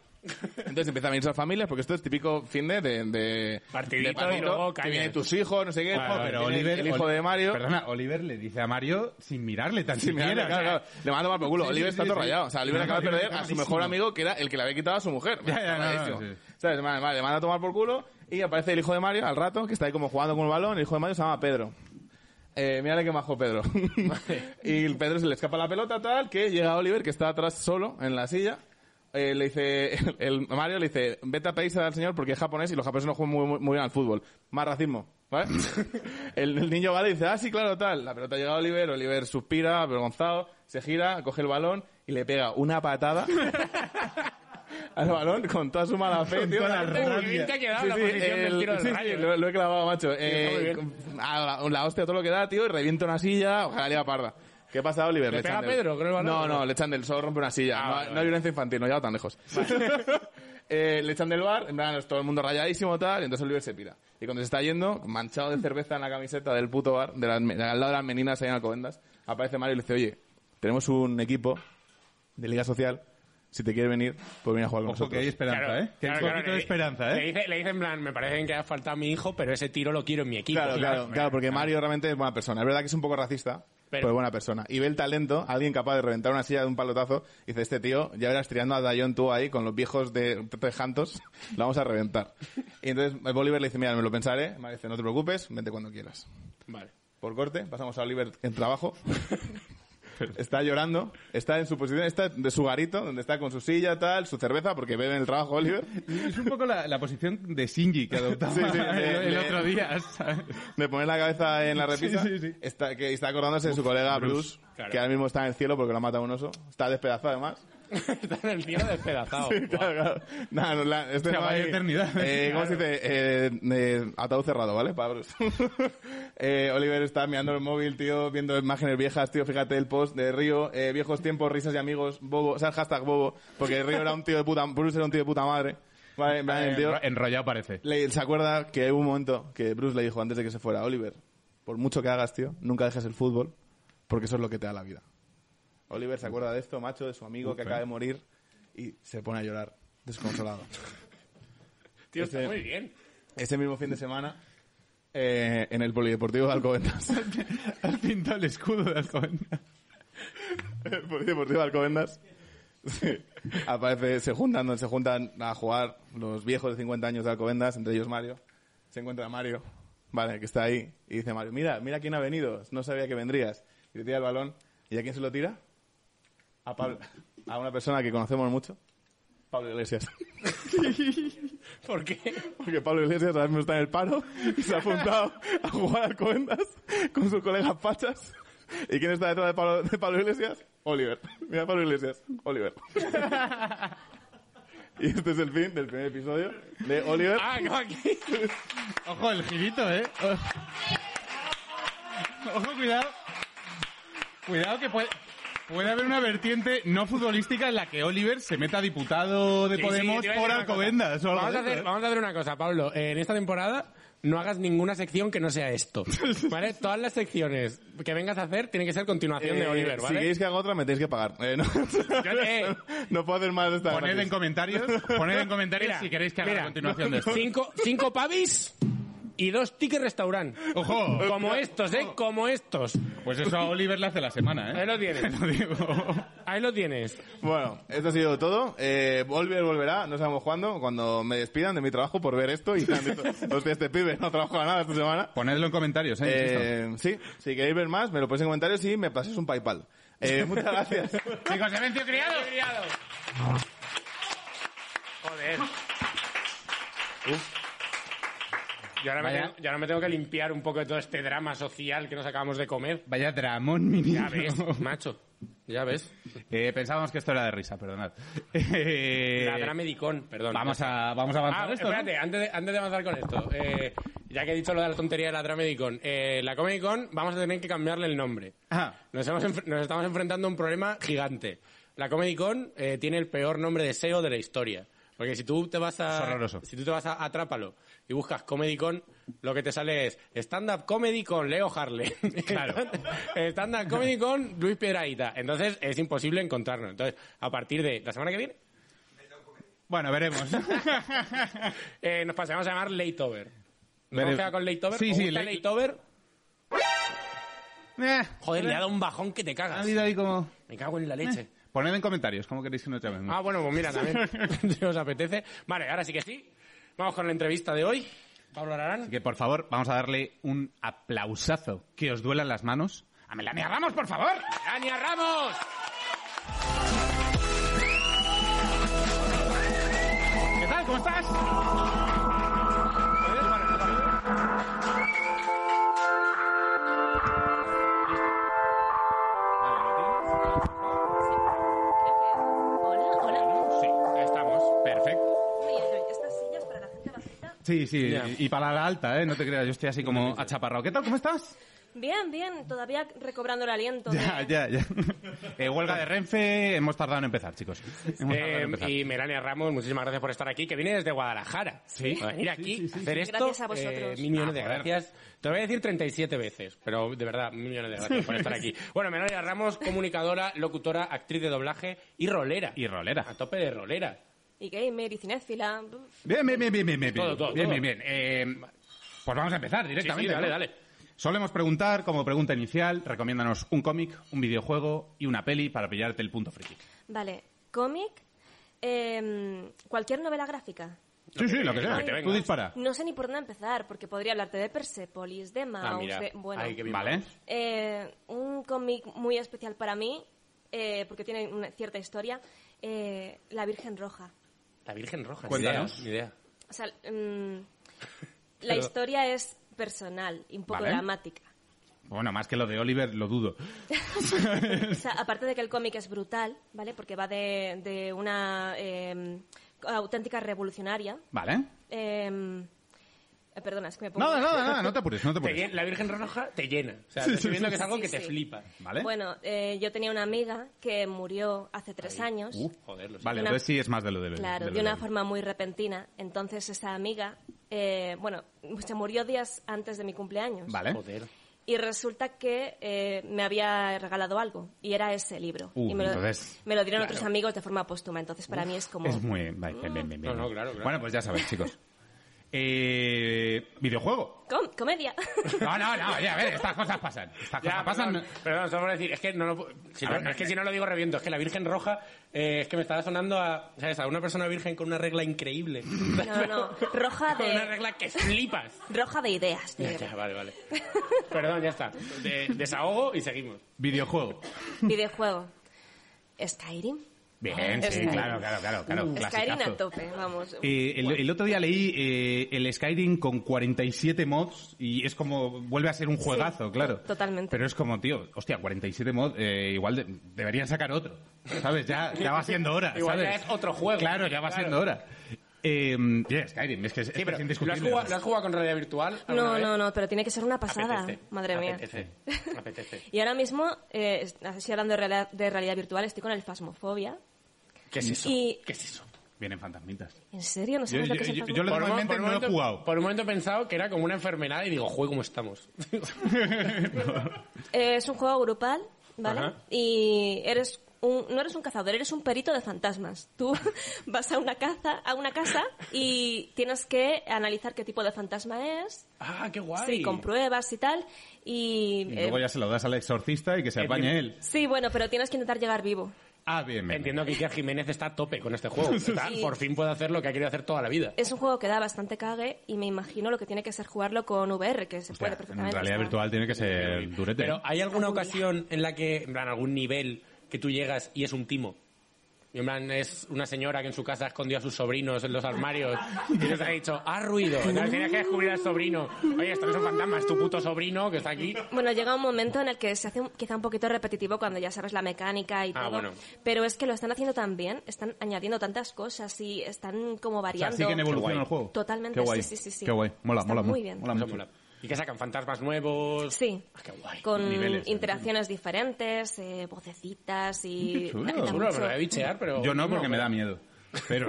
Entonces empieza a venir sus familias, porque esto es típico fin de... de, de Partidito de y luego que cañas. vienen tus hijos, no sé qué. Claro, joder, pero viene Oliver, el hijo de Mario... Perdona, Oliver le dice a Mario sin mirarle tan Sí, me siquiera. da- claro, o sea, claro. Le mando mal por culo. Sí, Oliver sí, está sí, todo sí. rayado. O sea, Oliver No, acaba de Oliver perder está a su malísimo. mejor amigo, que era el que le había quitado a su mujer. Ya, ya, Está no, no, malísimo. sí. ¿Sabes? Vale, vale, le manda a tomar por culo. Y aparece el hijo de Mario al rato, que está ahí como jugando con el balón. El hijo de Mario se llama Pedro. Eh, mírale que majo Pedro. y el Pedro se le escapa la pelota tal, que llega Oliver, que está atrás solo, en la silla. Eh, le dice, el, Mario le dice, vete a pedirse al señor porque es japonés y los japoneses no juegan muy, muy- muy bien al fútbol. Más racismo, ¿vale? el, el niño vale y dice, ah, sí, claro, tal. La pelota llega a Oliver, Oliver suspira, avergonzado, se gira, coge el balón y le pega una patada al balón con toda su mala fe, Con tío. toda la Uy, bien te ha quedado la posición del el- tiro del sí, sí, rayo. lo, lo he clavado, macho. Eh, está muy a la, la hostia todo lo que da, tío, y revienta una silla, ojalá le iba parda. ¿Qué pasa, Oliver? ¿Le echan pega del- Pedro, creo, el balón? No, no, Ah, le echan del sol, rompe una silla. no, no hay violencia infantil, no llega tan lejos. Eh, le echan del bar, en plan, es todo el mundo rayadísimo, tal, y entonces Oliver se pira. Y cuando se está yendo, manchado de cerveza en la camiseta del puto bar, de las me- al lado de las meninas ahí en Alcobendas, aparece Mario y le dice, oye, tenemos un equipo de Liga Social, si te quieres venir, pues venir a jugar con Ojo, que nosotros. hay esperanza, ¿eh? Que hay un poquito de le- esperanza, Le ¿eh? dice, le dice en plan, me parece bien que haya faltado a mi hijo, pero ese tiro lo quiero en mi equipo. Claro, claro, claro, porque Mario realmente es buena persona. Es verdad que es un poco racista, pero, Pero- es buena persona. Y ve el talento, alguien capaz de reventar una silla de un palotazo, y dice, este tío, ya verás tirando a Dayon tú ahí con los viejos de Tejantos, la vamos a reventar. Y entonces Bolívar le dice, mira, me lo pensaré. Mario dice, no te preocupes, vente cuando quieras. Vale. Por corte, pasamos a Oliver en trabajo. está llorando, está en su posición, está de su garito, donde está con su silla, tal, su cerveza, porque bebe en el trabajo Oliver. Es un poco la, la posición de Shinji que adoptaba Sí, sí, el, de- el de- otro día, ¿sabes? de poner la cabeza en la repisa, Sí, sí, sí. Está, que está acordándose de su colega Bruce, claro. que ahora mismo está en el cielo porque lo ha matado un oso. Está despedazado además. Está en el cielo despedazado. Guau. Claro, claro. Nah, no, la- este O sea, no vaya hay- eternidad. Eh, ¿Cómo se dice? Eh, eh, ataúd cerrado, ¿vale? Para Bruce. Eh, Oliver está mirando el móvil, tío, viendo imágenes viejas, tío. Fíjate el post de Río, eh, viejos tiempos, risas y amigos, bobo. O sea, el hashtag bobo, porque Río era un tío de puta... Bruce era un tío de puta madre. Vale, vale, Ah, Eh, el tío Enro- Enrollado parece. le- se acuerda que hubo un momento que Bruce le dijo antes de que se fuera, Oliver, por mucho que hagas, tío, nunca dejes el fútbol, porque eso es lo que te da la vida. Oliver se acuerda de esto, macho, de su amigo que acaba de morir y se pone a llorar, desconsolado. Tío, está Ese- muy bien. Ese mismo fin de semana, eh, en el Polideportivo de Alcobendas. Has pintado el escudo de Alcobendas. el Polideportivo de Alcobendas. Sí. Aparece, se juntan, se juntan a jugar los viejos de 50 años de Alcobendas, entre ellos Mario. Se encuentra Mario, vale, que está ahí, y dice Mario, mira, mira quién ha venido, no sabía que vendrías. Y le tira el balón, ¿y a quién se lo tira? A Pablo, a una persona que conocemos mucho, Pablo Iglesias. ¿Por qué? Porque Pablo Iglesias ahora mismo está en el paro y se ha apuntado a jugar al Covendas con sus colegas Pachas. ¿Y quién está detrás de Pablo, de Pablo Iglesias? Oliver. Mira a Pablo Iglesias. Oliver. Y este es el fin del primer episodio de Oliver. Ah, no, aquí. Ojo, el girito, ¿eh? Ojo, cuidado. Cuidado que puede, puede haber una vertiente no futbolística en la que Oliver se meta diputado de Sí, sí, Podemos te iba a decir por una Alcobendas. cosa. o algo Vamos a, de eso, hacer, ¿eh? vamos a hacer una cosa, Pablo. Eh, En esta temporada no hagas ninguna sección que no sea esto. ¿Vale? Todas las secciones que vengas a hacer tienen que ser continuación de Eh, Oliver, Si ¿vale? queréis que haga otra, me tenéis que pagar. Eh, no, eh. no puedo hacer más de esta Poned gratis. en comentarios, poned en comentarios Mira, si queréis que haga mira, a continuación de esto. Cinco, cinco pavis y dos tickets restaurant. Ojo. Como estos, ¿eh? Como estos. Pues eso a Oliver le hace la semana, ¿eh? Ahí lo tienes. Lo digo. Ahí lo tienes. Bueno, esto ha sido todo. Eh, volver, volverá, no sabemos cuándo, cuando me despidan de mi trabajo por ver esto y han dicho, hostia, este pibe no trabaja nada esta semana. Ponedlo en comentarios, ¿eh? Insisto. Eh, sí, si queréis ver más, me lo ponéis en comentarios y me pasáis un PayPal. Eh, muchas gracias. Chicos, de Vencio Criado. Joder. Yo ahora, me Vaya. tengo, yo ahora me tengo que limpiar un poco de todo este drama social que nos acabamos de comer. Vaya dramón, mi niño. Ya ves, macho. Ya ves. Eh, pensábamos que esto era de risa, perdonad. Eh, La dramedicón, perdón. vamos, a, vamos a Ah, avanzar esto. ¿no? espérate, antes, de, antes de avanzar con esto, eh, ya que he dicho lo de la tontería de la Dramedicon, eh, la Comedicon vamos a tener que cambiarle el nombre. Ah, Nos, hemos enf- nos estamos enfrentando a un problema gigante. La Comedicon eh, tiene el peor nombre de SEO de la historia. Porque si tú te vas a... Es horroroso. Si tú te vas a Atrápalo y buscas Comedicon, lo que te sale es Stand Up Comedy con Leo Harley. Claro. Stand Up Comedy con Luis Piedrahita. Entonces es imposible encontrarnos. Entonces, a partir de la semana que viene, bueno, veremos. eh, nos pasamos a llamar Lateover. ¿No Veremos. queda con Lateover? Sí, ¿Os sí, gusta late- Lateover? Eh, Joder, le ha dado un bajón que te ha cagas. habido ahí como... Me cago en la leche. Poned en comentarios cómo queréis que nos llamemos. Ah, bueno, pues mira, también, si os apetece. Vale, ahora sí que sí. Vamos con la entrevista de hoy. Pablo Ararán. Así que, por favor, vamos a darle un aplausazo que os duelan las manos a Melania Ramos, por favor. ¡Dania Ramos! ¿Qué tal? ¿Cómo estás? Hola, hola. Sí, ahí estamos. Perfecto. Muy bien, estas sillas para la gente bajita. Sí, sí, Ya. y para la alta, ¿eh? No te creas, yo estoy así como achaparrado. ¿Qué tal? ¿Cómo estás? Bien, bien, todavía recobrando el aliento. Ya, de- ya, ya. Eh, huelga de Renfe, hemos tardado en empezar, chicos. Hemos tardado en Eh, empezar. y Melania Ramos, muchísimas gracias por estar aquí, que viene desde Guadalajara. Sí. A venir aquí, a hacer esto. Gracias a vosotros. eh, mil millones Ah, de joder. gracias. Te lo voy a decir 37 veces, pero de verdad, mil millones de gracias por estar aquí. Bueno, Melania Ramos, comunicadora, locutora, actriz de doblaje y rolera. Y rolera. A tope de rolera. Y gamer y cinéfila. Bien, bien, bien, bien, bien, bien. Todo, todo, bien, todo. bien, bien. Eh, pues vamos a empezar directamente. Sí, sí, dale, ¿no? dale. Solemos preguntar, como pregunta inicial, recomiéndanos un cómic, un videojuego y una peli para pillarte el punto friki. Vale, cómic. em, cualquier novela gráfica. Sí, sí, lo que sea. Lo que te venga. Tú dispara. No sé ni por dónde empezar, porque podría hablarte de Persepolis, de Mouse, Ah, mira. de... Bueno, Ay, qué bien. Vale. eh, un cómic muy especial para mí, eh, porque tiene una cierta historia, eh, La Virgen Roja. La Virgen Roja. Cuéntanos. Ni idea. O sea, mm, la historia es personal y un poco Vale. dramática. Bueno, más que lo de Oliver, lo dudo. O sea, aparte de que el cómic es brutal, ¿vale? Porque va de, de em, una eh, auténtica revolucionaria. Vale. eh, Eh, perdona, es que me pongo... Nada, nada, nada, no te apures, no te Te apures. llen- la Virgen Roja te llena. O sea, te estoy viendo que es algo sí, que te sí. flipa. ¿Vale? Bueno, eh, yo tenía una amiga que murió hace tres años. Uh, Joder, lo sé. vale, una- entonces sí es más de lo de Claro, de, de, lo una del- forma muy repentina. Entonces esa amiga, eh, bueno, se murió días antes de mi cumpleaños. Vale. Joder. Y resulta que eh, me había regalado algo, y era ese libro. Uh, y me lo, entonces, me lo dieron otros amigos de forma póstuma, entonces para mí es como... Es muy... Vale, bien, bien, bien, bien. No, no, claro, claro. Bueno, pues ya sabéis, chicos. Eh, videojuego. Com- comedia. No, no, no, ya, a ver, estas cosas pasan. Estas cosas Ya, pasan. perdón, perdón, solo por decir, es que no lo pu- si A no- ver, eh. es que si no lo digo reviento, es que la Virgen Roja eh, es que me estaba sonando a, ¿sabes? a una persona virgen con una regla increíble. No, no, roja Con una de, regla que flipas. roja de ideas. de- Ya, ya, vale, vale. Perdón, ya está. De- desahogo y seguimos. Videojuego. videojuego. Skyrim. Bien, sí, Skyrim. claro, claro, claro. claro un Skyrim clasicazo. a tope, vamos. Eh, el, el otro día leí eh, el Skyrim con 47 mods y es como vuelve a ser un juegazo, claro. totalmente. Pero es como, tío, hostia, 47 mods, eh, igual de- deberían sacar otro. ¿Sabes? Ya, ya va siendo hora. Igual ¿sabes? ya es otro juego. Claro, ya va Claro. siendo hora. Eh, yeah, Skyrim, es que es, es que es Sí, pero ¿lo has, indiscutible. jugado, lo has jugado con realidad virtual? alguna No, vez? no, no, pero tiene que ser una pasada. Apetece, Madre mía. Apetece, apetece. Y ahora mismo, eh, es- así hablando de realidad, de realidad virtual, estoy con el Fasmofobia. ¿Qué es eso? Y- ¿Qué es eso? Vienen fantasmitas. ¿En serio? ¿No sabes Yo- lo que es el yo- yo- Phasmophobia? yo lo- Por un mo- Normalmente por un no he momento- jugado. Por un momento he pensado que era como una enfermedad y digo, joder, ¿cómo estamos? Eh, es un juego grupal, ¿vale? Ajá. Y eres un, no eres un cazador, eres un perito de fantasmas. Tú vas a una caza, a una casa y tienes que analizar qué tipo de fantasma es, ah, qué guay. sí, con pruebas y tal. Y, Y eh, luego ya se lo das al exorcista y que se eh, apañe bien. él. sí, bueno, pero tienes que intentar llegar vivo. Ah, bien, bien. Entiendo que Iker Jiménez está a tope con este juego. Está- Sí. Por fin puede hacer lo que ha querido hacer toda la vida. Es un juego que da bastante cague y me imagino lo que tiene que ser jugarlo con VR, que se Hostia, puede en perfectamente. realidad o sea. virtual tiene que ser durete. ¿eh? Pero ¿hay alguna Algún día. ocasión en la que, en plan, algún nivel que tú llegas y es un timo? Y en plan, es una señora que en su casa escondió a sus sobrinos en los armarios y les ha dicho, ha ruido. Entonces tienes que descubrir al sobrino. Oye, esto no es un fantasma, es tu puto sobrino que está aquí. Bueno, llega un momento en el que se hace un- quizá un poquito repetitivo cuando ya sabes la mecánica y Ah, todo. bueno. Pero es que lo están haciendo tan bien, están añadiendo tantas cosas y están como O sea, variando. sí que en evolución guay. el juego. Totalmente, Qué guay. sí, sí, sí, sí. Qué guay. Mola, Está mola, muy mucho. bien. mola Eso mucho. mola. Y que sacan fantasmas nuevos. Sí. Ah, qué guay. Con Niveles, ¿eh? interacciones diferentes, eh, vocecitas y... Qué chulo. da Seguro, mucho- me lo voy a bichear, pero... Yo no, porque me da pero- miedo. Pero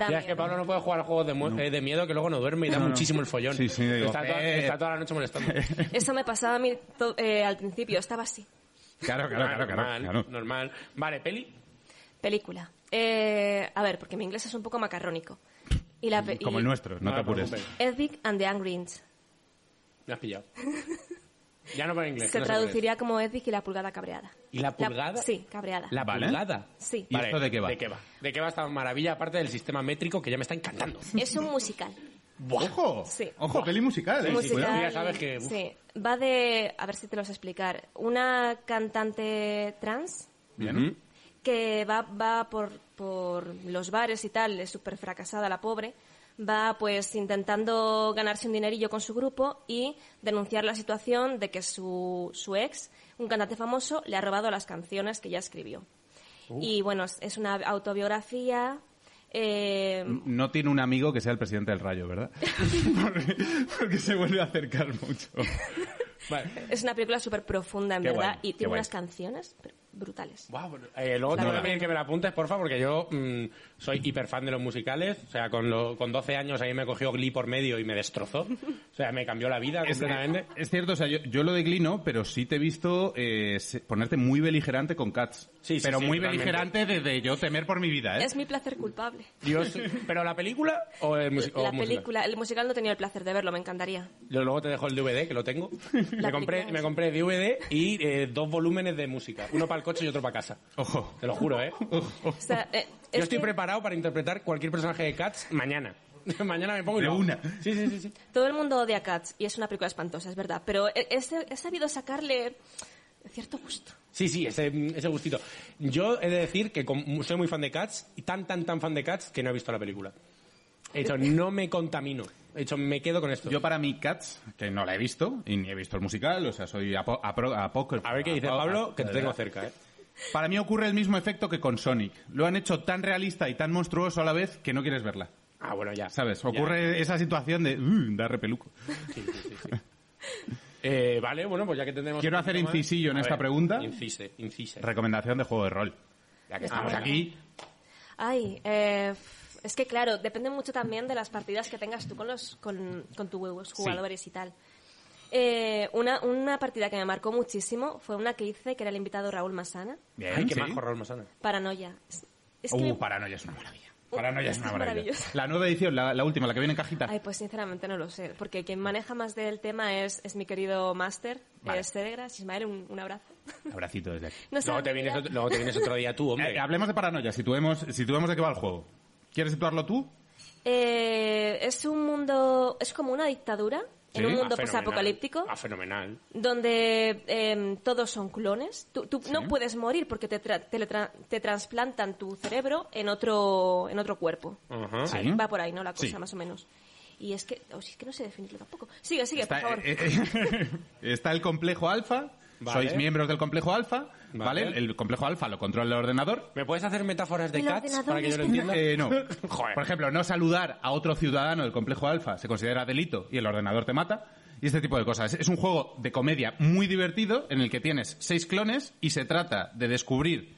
da Ya es que miedo. Pablo no puede jugar a juegos de, mu- eh, de miedo que luego no duerme y da muchísimo el follón. Sí, sí, digo, está, toda, eh. está toda la noche molestando. Eso me pasaba a mí to- eh, al principio, estaba así. Claro, claro, claro, normal, claro. claro. normal. Vale, peli. Película. Eh, a ver, porque mi inglés es un poco macarrónico. Y la pe- Como y- el nuestro, no, No te te apures. preocupes. Edwig and the Angry Inch. Me has pillado. Ya no para inglés. Se no sé cuál es. traduciría como Edwig y la pulgada cabreada. ¿Y la pulgada? sí, cabreada. La Vale. pulgada. Sí. ¿Y esto de qué va? ¿De qué va? ¿De qué va esta maravilla aparte del sistema métrico que ya me está encantando? Es un musical. ¡Ojo! Sí. ¡Ojo, peli musical! ¿eh? sí, musical. sí, ya sabes que, uf. sí. Va de. A ver si te lo sé explicar. Una cantante trans Bien. que va, va por, por los bares y tal, es súper fracasada la pobre, va pues intentando ganarse un dinerillo con su grupo y denunciar la situación de que su, su ex, un cantante famoso, le ha robado las canciones que ya escribió. Y bueno, es- es una autobiografía. eh, Mm. No tiene un amigo que sea el presidente del rayo, ¿verdad? porque, porque se vuelve a acercar mucho. Vale. es una película súper profunda, en Qué verdad, guay, y qué tiene guay. unas canciones pero brutales. Guau, bueno, eh, luego te voy a pedir que me la apuntes, porfa, porque yo mm, soy hiper fan de los musicales. O sea, con, lo- con 12 años ahí me cogió Glee por medio y me destrozó. O sea, me cambió la vida Es, completamente. es cierto, o sea, yo, yo lo declino, pero sí te he visto eh, se- ponerte muy beligerante con Cats. Sí, sí, Pero sí, muy totalmente. beligerante desde yo temer por mi vida, ¿eh? Es mi placer culpable. Dios, ¿pero la película o el musi- o oh, la musical? película, el musical no he tenido el placer de verlo, me encantaría. Yo luego te dejo el DVD, que lo tengo. Me compré, película me es- compré DVD y eh, dos volúmenes de música. Uno para el coche y otro para casa. Ojo. Te lo juro, ¿eh? O sea, eh, Yo es estoy que- preparado para interpretar cualquier personaje de Cats mañana. mañana me pongo y De lo hago. una. Sí, sí, sí. sí. Todo el mundo odia Cats y es una película espantosa, es verdad, pero he, he- he sabido sacarle cierto gusto. Sí, sí, ese, ese gustito. Yo he de decir que com- soy muy fan de Cats, y tan, tan, tan fan de Cats, que no he visto la película. He dicho, no me contamino. He dicho, me quedo con esto. Yo para mí Cats, que no la he visto, y ni he visto el musical, o sea, soy apo- apro- apócrifo. a ver qué dice Apo- Pablo, a- que te tengo cerca, ¿eh? Para mí ocurre el mismo efecto que con Sonic. Lo han hecho tan realista y tan monstruoso a la vez que no quieres verla. Ah, bueno, ya. ¿Sabes? Ocurre esa situación de... "Uh, da repeluco. Sí, sí, sí, sí. Eh, vale, bueno, pues ya que tendremos... Quiero un hacer poquito más- incisillo en A esta pregunta. Ah, Incise, incise. Recomendación de juego de rol. Pues Ya que Está estamos bueno. aquí, Ay, eh, es que claro, depende mucho también de las partidas que tengas tú con, los, con, con tus jugadores y tal. Eh, una, una partida que me marcó muchísimo fue una que hice que era el invitado Raúl Masana, Bien, Ay, qué sí. majo Raúl Masana. Paranoia. Es, es que Uh, me- Paranoia es una maravilla. Uh, Paranoia es es una maravilla. maravilloso. La nueva edición, la, la última, la que viene en cajita. Ay, pues sinceramente no lo sé, porque quien maneja más del tema es, es mi querido máster, Vale. eh, Sedegras. Ismael, un, un abrazo. Abracito desde aquí. No Luego te, vienes otro, luego te vienes otro día tú, hombre. Eh, hablemos de paranoia, situemos, situemos de qué va el juego. ¿Quieres situarlo tú? Eh, es un mundo, es como una dictadura, Sí, en un ah, mundo Ah, fenomenal. posapocalíptico. Ah, fenomenal. donde em, todos son clones. Tú, tú no puedes morir porque te, tra- teletra- te trasplantan tu cerebro en otro, en otro cuerpo. Ajá. Mm. Sí. Va por ahí, ¿no? La cosa, Sí. más o menos. Y es que, oh, sí, es que no sé definirlo tampoco. Sigue, sigue, Está, por favor. eh, eh, está el complejo alfa, Vale. sois miembros del complejo alfa, ¿vale? Vale. El, el complejo alfa lo controla el ordenador. ¿Me puedes hacer metáforas de El cats ordenador para que yo lo es- entienda? Eh, no. Joder. Por ejemplo, no saludar a otro ciudadano del complejo alfa se considera delito y el ordenador te mata. Y este tipo de cosas. Es un juego de comedia muy divertido en el que tienes seis clones y se trata de descubrir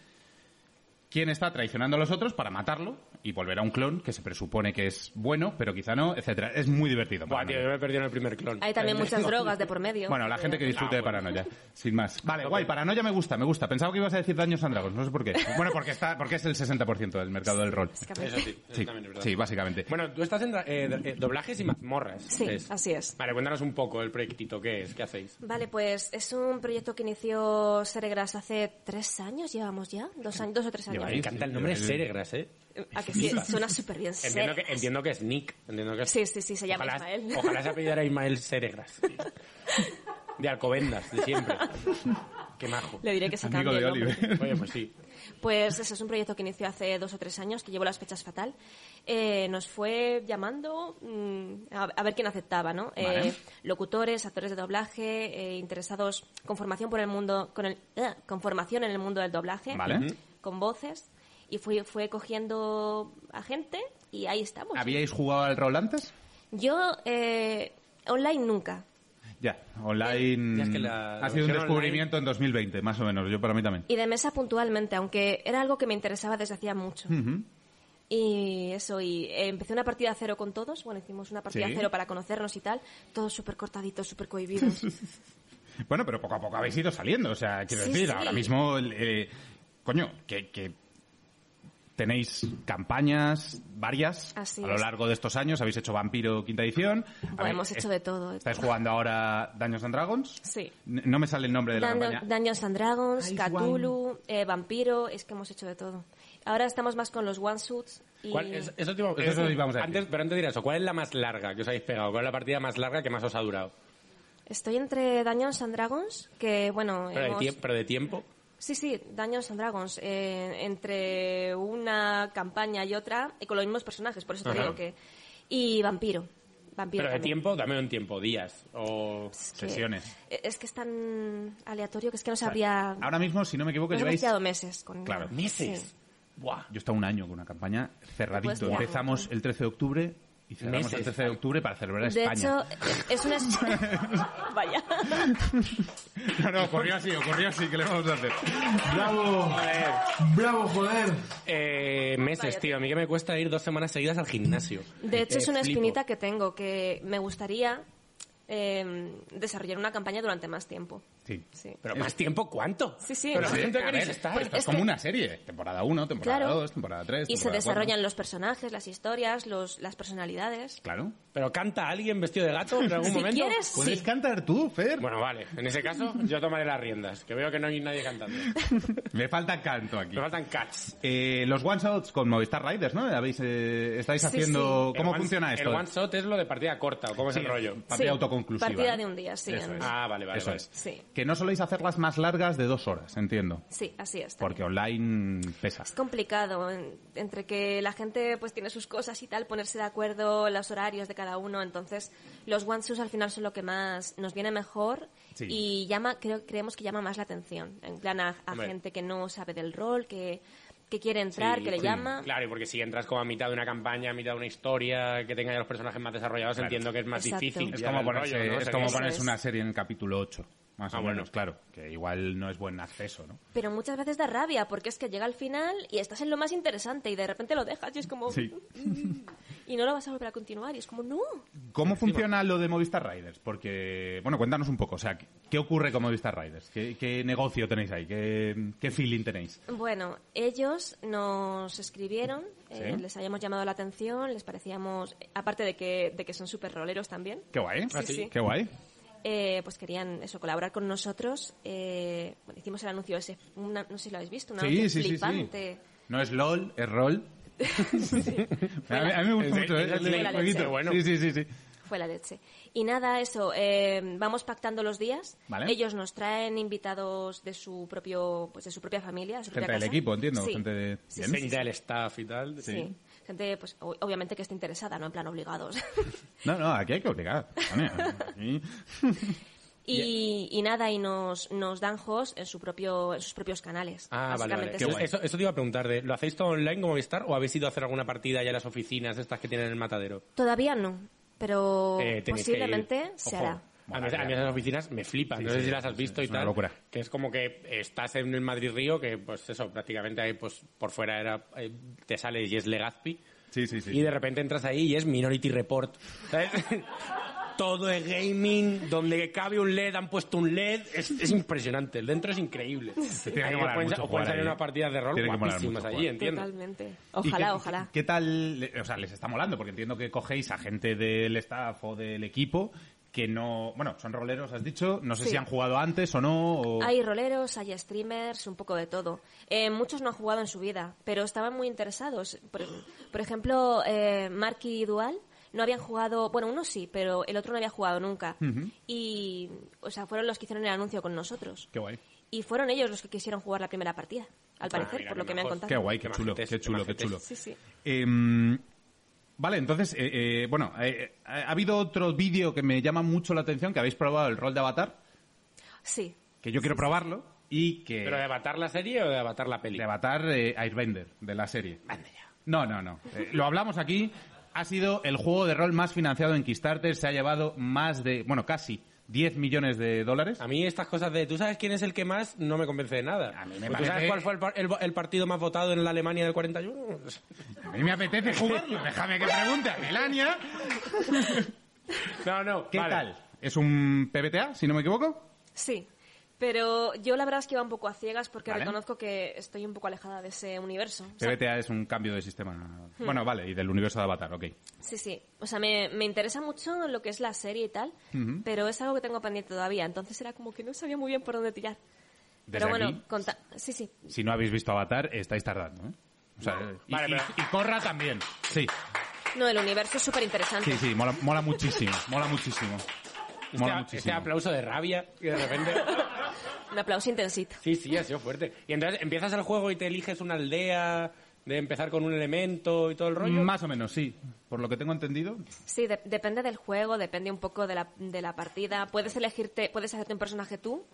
quién está traicionando a los otros para matarlo y volver a un clon que se presupone que es bueno, pero quizá no, etcétera. Es muy divertido. Buah, para mí. tío, yo me he perdido en el primer clon. Hay también muchas drogas de por medio. eh, Bueno, la gente que disfrute Ah, de bueno. paranoia, sin más. Vale, guay, paranoia me gusta, me gusta. Pensaba que ibas a decir daños and Dragons, no sé por qué. Bueno, porque está porque es el 60% del mercado del rol. Es que a Eso veces- sí, eso Sí, también es verdad. sí, básicamente. Bueno, tú estás en dra- eh, do- eh, doblajes y mazmorras. Sí, así es. Vale, cuéntanos un poco el proyectito, ¿qué es? ¿Qué hacéis? Vale, pues es un proyecto que inició Seregras hace tres años, llevamos ya, dos, años, dos o tres años. Me encanta el nombre sí, de Seregras, ¿eh? A que sí, suena súper bien. Entiendo que, Seregras. entiendo que es Nick. Entiendo que es- Sí, sí, sí, se llama ojalá, Ismael. Ojalá se apellidara Ismael Seregras. De Alcobendas, de siempre. Qué majo. Le diré que se Amigo cambie el de nombre. Oliver. Oye, pues sí. Pues ese es un proyecto que inició hace dos o tres años, que llevo las fechas fatal. Eh, nos fue llamando mm, a, a ver quién aceptaba, ¿no? Eh, Vale. locutores, actores de doblaje, eh, interesados con formación por el mundo, con, el, eh, con formación en el mundo del doblaje, Vale. Ujú. con voces, y fui, fue cogiendo a gente y ahí estamos. ¿Habíais jugado al rol antes? Yo eh, online nunca. Ya, online. Ya es que la- ha sido un la versión descubrimiento en 2020, más o menos. Yo para mí también. Y de mesa puntualmente, aunque era algo que me interesaba desde hacía mucho. Y eso, y eh, empecé una partida cero con todos. Bueno, hicimos una partida Sí. cero para conocernos y tal. Todos súper cortaditos, súper cohibidos. Bueno, pero poco a poco habéis ido saliendo. O sea, quiero Sí, decir, sí. ahora mismo, el, eh, coño, que, que tenéis campañas varias Así a lo es. largo de estos años. Habéis hecho Vampiro quinta edición. A Bueno, hemos hecho de todo, de Estáis todo. jugando ahora Daños and Dragons. Sí. N- No me sale el nombre de la Dun- campaña. Dungeons and Dragons, Icewind. Cthulhu, eh, Vampiro, es que hemos hecho de todo. Ahora estamos más con los One Suits y ¿Cuál es- eso te iba- Eso eso te- íbamos a decir. antes, Pero antes de ir a eso, ¿cuál es la más larga que os habéis pegado? ¿Cuál es la partida más larga que más os ha durado? estoy entre Dungeons and Dragons, que bueno, Pero, de, hemos- tiemp- pero de tiempo. Sí, sí, Dungeons and Dragons. eh, entre una campaña y otra, y con los mismos personajes, por eso te Ajá. digo que. Y Vampiro. Vampiro Pero de también. tiempo, dame un tiempo, días. O... Es que- Sesiones. e- Es que es tan aleatorio que es que no O sea, sabría. Ahora mismo, si no me equivoco, Nos hemos lleváis quedado meses con. Claro. sí. Meses. Buah. Yo he estado un año con una campaña Pues cerradito. ya. Empezamos el 13 de octubre y cerramos Meses. el 13 de octubre para celebrar De España. hecho, eh, es una. Vaya. No, no, ocurrió así, ocurrió así, ¿qué le vamos a hacer? Bravo, Joder. bravo, joder. Eh, meses, tío. A mí que me cuesta ir dos semanas seguidas al gimnasio. De hecho, Eh, es una flipo. espinita que tengo que me gustaría eh, desarrollar una campaña durante más tiempo. Sí. Sí. ¿Pero más tiempo cuánto? Sí, sí. Pero Sí, ¿cuánto a queréis ver, estar? pues esto es, Es como que- una serie. Temporada 1, temporada Claro. 2, temporada 3. Y se desarrollan los personajes, las historias, los, las personalidades. Claro. ¿Pero canta alguien vestido de gato en algún Si momento? quieres, Puedes sí. cantar tú, Fer. Bueno, vale. En ese caso, yo tomaré las riendas, que veo que no hay nadie cantando. Me falta canto aquí. Me faltan cats. Eh, los one shots con Movistar Riders, ¿no? Habéis, eh, estáis Sí, haciendo. sí. ¿Cómo El one- funciona esto? El one shot es lo de partida corta, ¿o ¿cómo es Sí, el rollo? Partida Sí, autoconclusiva. Partida ¿no? de un día, sí. Eso en- es. Ah, vale, vale. Eso vale. es. Sí. Que no soléis hacerlas más largas de dos horas, entiendo. Sí, así es. Porque también. online pesa. Es complicado, en- entre que la gente pues tiene sus cosas y tal, ponerse de acuerdo los horarios de cada uno, entonces los one shots al final son lo que más nos viene mejor Sí. y llama creo, creemos que llama más la atención, en plan a, a Hombre. gente que no sabe del rol, que que quiere entrar, Sí, que le sí. llama. Claro, y porque si entras como a mitad de una campaña, a mitad de una historia, que tenga ya los personajes más desarrollados, entiendo que es más Exacto. difícil. Es ya como el ponerse, rollo, ¿no? O es sea, como que- Eso ponerse es. una serie en el capítulo 8. Más Ah, o bueno. menos, claro. Que igual no es buen acceso, ¿no? Pero muchas veces da rabia, porque es que llega al final y estás en lo más interesante y de repente lo dejas y es como... "Mm". Sí. Y no lo vas a volver a continuar y es como, no. ¿Cómo funciona lo de Movistar Riders? Porque, bueno, cuéntanos un poco. O sea, ¿qué- ¿qué ocurre con Movistar Riders? ¿Qué, qué negocio tenéis ahí? ¿Qué, qué feeling tenéis? Bueno, ellos nos escribieron, eh, Sí. les habíamos llamado la atención, les parecíamos, aparte de que, de que son súper roleros también, Qué guay. Ah, Sí, sí. Qué guay. eh, pues querían eso, colaborar con nosotros. eh, bueno, hicimos el anuncio ese, una- no sé si lo habéis visto, un anuncio flipante. No es LOL, es ROL. a, mí, a mí me gusta Es- mucho es- ¿eh? es el, la leche. jueguito. Bueno. Sí, sí, sí, sí. Fue la leche. Y nada, eso, eh, vamos pactando los días. Vale. Ellos nos traen invitados de su propio, pues de su propia familia, de su Gente propia del casa. equipo, entiendo. Sí. Gente de... Sí, Bien. Gente del staff y tal. Sí. Gente, pues, o- obviamente que esté interesada, no en plan obligados. No, no, aquí hay que obligar. Vale, aquí- y, y nada, y nos, nos dan host en, su propio, en sus propios canales. Ah, vale, vale. Básicamente Eso, es- eso- eso te iba a preguntar. de, ¿Lo hacéis todo online como Movistar o habéis ido a hacer alguna partida ya en las oficinas estas que tienen en el matadero? Todavía no, pero Eh, tenéis que ir. posiblemente se Ojo. hará. A mí, a mí esas oficinas me flipan, Sí, no sé sí, si las has sí, visto sí, y es una tal. locura. Que es como que estás en el Madrid Río, que pues eso, prácticamente ahí, pues por fuera era eh, te sale y es Legazpi. Sí, sí, sí. Y de repente entras ahí y es Minority Report. ¿sabes? Todo es gaming, donde cabe un LED han puesto un LED. Es, es impresionante, el dentro es increíble. tiene que Ahí molar pueden, mucho o pueden jugar salir ahí. unas partidas de rol Tiene que molar guapísimas mucho allí, jugar. entiendo. Totalmente. ¿Y Ojalá, qué- ojalá. ¿Qué tal? le- O sea, les está molando, porque entiendo que cogéis a gente del staff o del equipo que no. Bueno, son roleros, has dicho. No sé Sí. si han jugado antes o no. o- Hay roleros, hay streamers, un poco de todo. Eh, muchos no han jugado en su vida, pero estaban muy interesados. Por, por ejemplo, eh, Mark y Dual no habían jugado, bueno, uno sí, pero el otro no había jugado nunca. Y, o sea, fueron los que hicieron el anuncio con nosotros. Qué guay. Y fueron ellos los que quisieron jugar la primera partida, al parecer, mira, por qué lo que me han majos. contado. Qué guay, qué Qué chulo, majetes, qué qué chulo, qué majetes. chulo. Sí, sí. Em, vale, entonces, eh, eh, bueno, eh, eh, ha habido otro vídeo que me llama mucho la atención, que habéis probado el rol de Avatar, Sí. que yo quiero probarlo, y que... ¿Pero de Avatar la serie o de Avatar la peli? de Avatar eh, Airbender, de la serie. No, no, no. Eh, lo hablamos aquí. Ha sido el juego de rol más financiado en Kickstarter. Se ha llevado más de, bueno, casi 10 millones de dólares. A mí estas cosas de, ¿tú sabes quién es el que más? No me convence de nada. A mí me ¿Tú parece- sabes cuál fue el, par- el- el partido más votado en la Alemania del 41? A mí me apetece jugarlo. Déjame que pregunte a Melania. No, no. ¿Qué vale. tal? ¿Es un PBTA, si no me equivoco? Sí, pero yo la verdad es que iba un poco a ciegas porque Vale. reconozco que estoy un poco alejada de ese universo. O sea, PBTA es un cambio de sistema. Hmm. Bueno, vale, y del universo de Avatar, ok. sí, sí. O sea, me, me interesa mucho lo que es la serie y tal, pero es algo que tengo pendiente todavía. Entonces era como que no sabía muy bien por dónde tirar. Desde pero bueno, aquí, conta- sí, sí. si no habéis visto Avatar, estáis tardando, ¿eh? O sea, y, Vale, y- pero- y Corra también. Sí, No, el universo es súper interesante. sí, sí, mola, mola muchísimo, mola muchísimo. Este, Mola este muchísimo. aplauso de rabia y de repente... Un aplauso intensito. Sí, sí, ha sido fuerte. Y entonces empiezas el juego y te eliges una aldea de empezar con un elemento y todo el rollo. Más o menos, sí. Por lo que tengo entendido, Sí, de- depende del juego, depende un poco de la, de la partida. Puedes elegirte, puedes hacerte un personaje tú,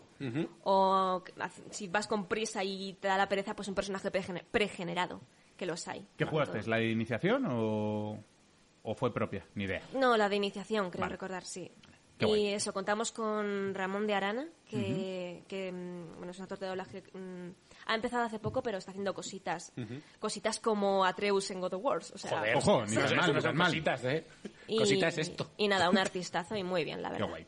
o que- haz- si vas con prisa y te da la pereza, pues un personaje pregener- pregenerado, que los hay. ¿qué Vale, jugaste? todo. ¿La de iniciación o, o fue propia? Ni idea. No, la de iniciación, creo Vale. recordar, sí. Qué y guay. eso, contamos con Ramón de Arana, que, que, mm, bueno, es un actor de doblaje. que, mm, ha empezado hace poco, pero está haciendo cositas. Cositas como Atreus en God of War. O sea, Joder, Ojo, ni eso- tan eso mal, no ni son tan mal. cositas, ¿eh? y- Cositas esto. Y nada, un artistazo y muy bien, la Qué verdad. guay.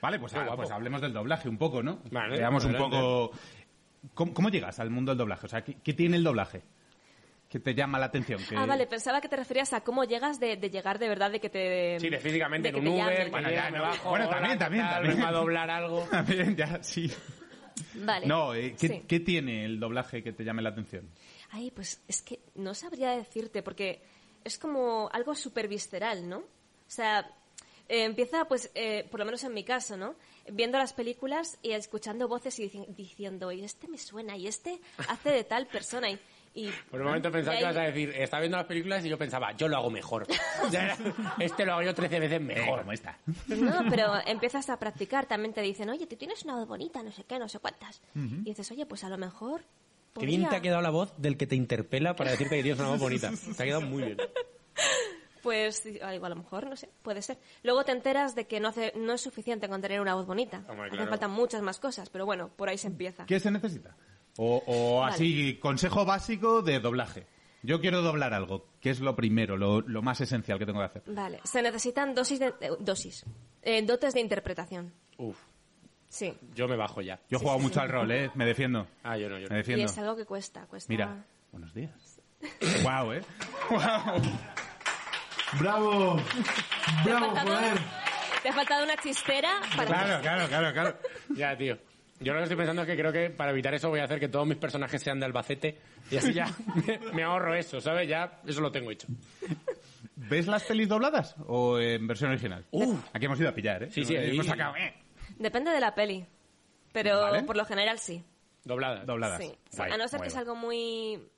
Vale, pues, Qué ah, guapo. pues hablemos del doblaje un poco, ¿no? Vale, Veamos un adelante. poco... ¿Cómo, cómo llegas al mundo del doblaje? O sea, ¿qué, qué tiene el doblaje? ¿Qué te llama la atención? ¿Qué- Ah, Eh, vale, pensaba que te referías a cómo llegas de, de llegar de verdad, de que te... Sí, de físicamente de en que un te Uber, llamen. bueno, ya, ya, no. me bajo, Bueno, hola, también, ¿qué también, tal? también. Vengo a doblar algo. También, Ah, ya, sí. Vale. No, eh, ¿qué, Sí. qué tiene el doblaje que te llame la atención? Ay, pues es que no sabría decirte, porque es como algo súper visceral, ¿no? O sea, eh, empieza, pues, eh, por lo menos en mi caso, ¿no? Viendo las películas y escuchando voces y dici- diciendo, y este me suena, y este hace de tal persona, y... y- Por un momento pensaba y que ahí- ibas a decir, estaba viendo las películas y yo pensaba, yo lo hago mejor. Ya era, este lo hago yo 13 veces mejor. ¿Cómo está? No, pero empiezas a practicar, también te dicen, oye, tú tienes una voz bonita, no sé qué, no sé cuántas. Y dices, oye, pues a lo mejor Qué bien Podría. te ha quedado la voz del que te interpela para decirte que tienes una voz bonita. Te ha quedado muy bien. Pues ah, igual a lo mejor, no sé, puede ser. Luego te enteras de que no, hace, no es suficiente con tener una voz bonita. Hombre, Hacen claro. falta muchas más cosas, pero bueno, por ahí se empieza. ¿Qué se necesita? O, o Vale. así, consejo básico de doblaje. Yo quiero doblar algo. ¿Qué es lo primero, lo, lo más esencial que tengo que hacer? Vale, se necesitan dosis de, eh, dosis, eh, dotes de interpretación. Uf, Sí, yo me bajo ya. Yo he Sí, jugado sí, mucho sí. al rol, ¿eh? Me defiendo. Ah, yo no, yo Me no. y defiendo. es algo que cuesta, cuesta. Mira, buenos días. Guau, ¿eh? Guau. Bravo. Te ha Bravo, faltado, joder. te ha faltado una chistera para Claro, claro, claro, claro. Ya, tío. Yo lo que estoy pensando es que creo que para evitar eso voy a hacer que todos mis personajes sean de Albacete y así ya me, me ahorro eso, ¿sabes? Ya eso lo tengo hecho. ¿Ves las pelis dobladas o en versión original? Aquí hemos ido a pillar, ¿eh? Uh. Sí, sí, ahí. Hemos sacado, ¿eh? Depende de la peli, pero Vale. por lo general sí. Doblada. Dobladas. Sí, sí. Guay, a no ser guay, que sea guay. algo muy...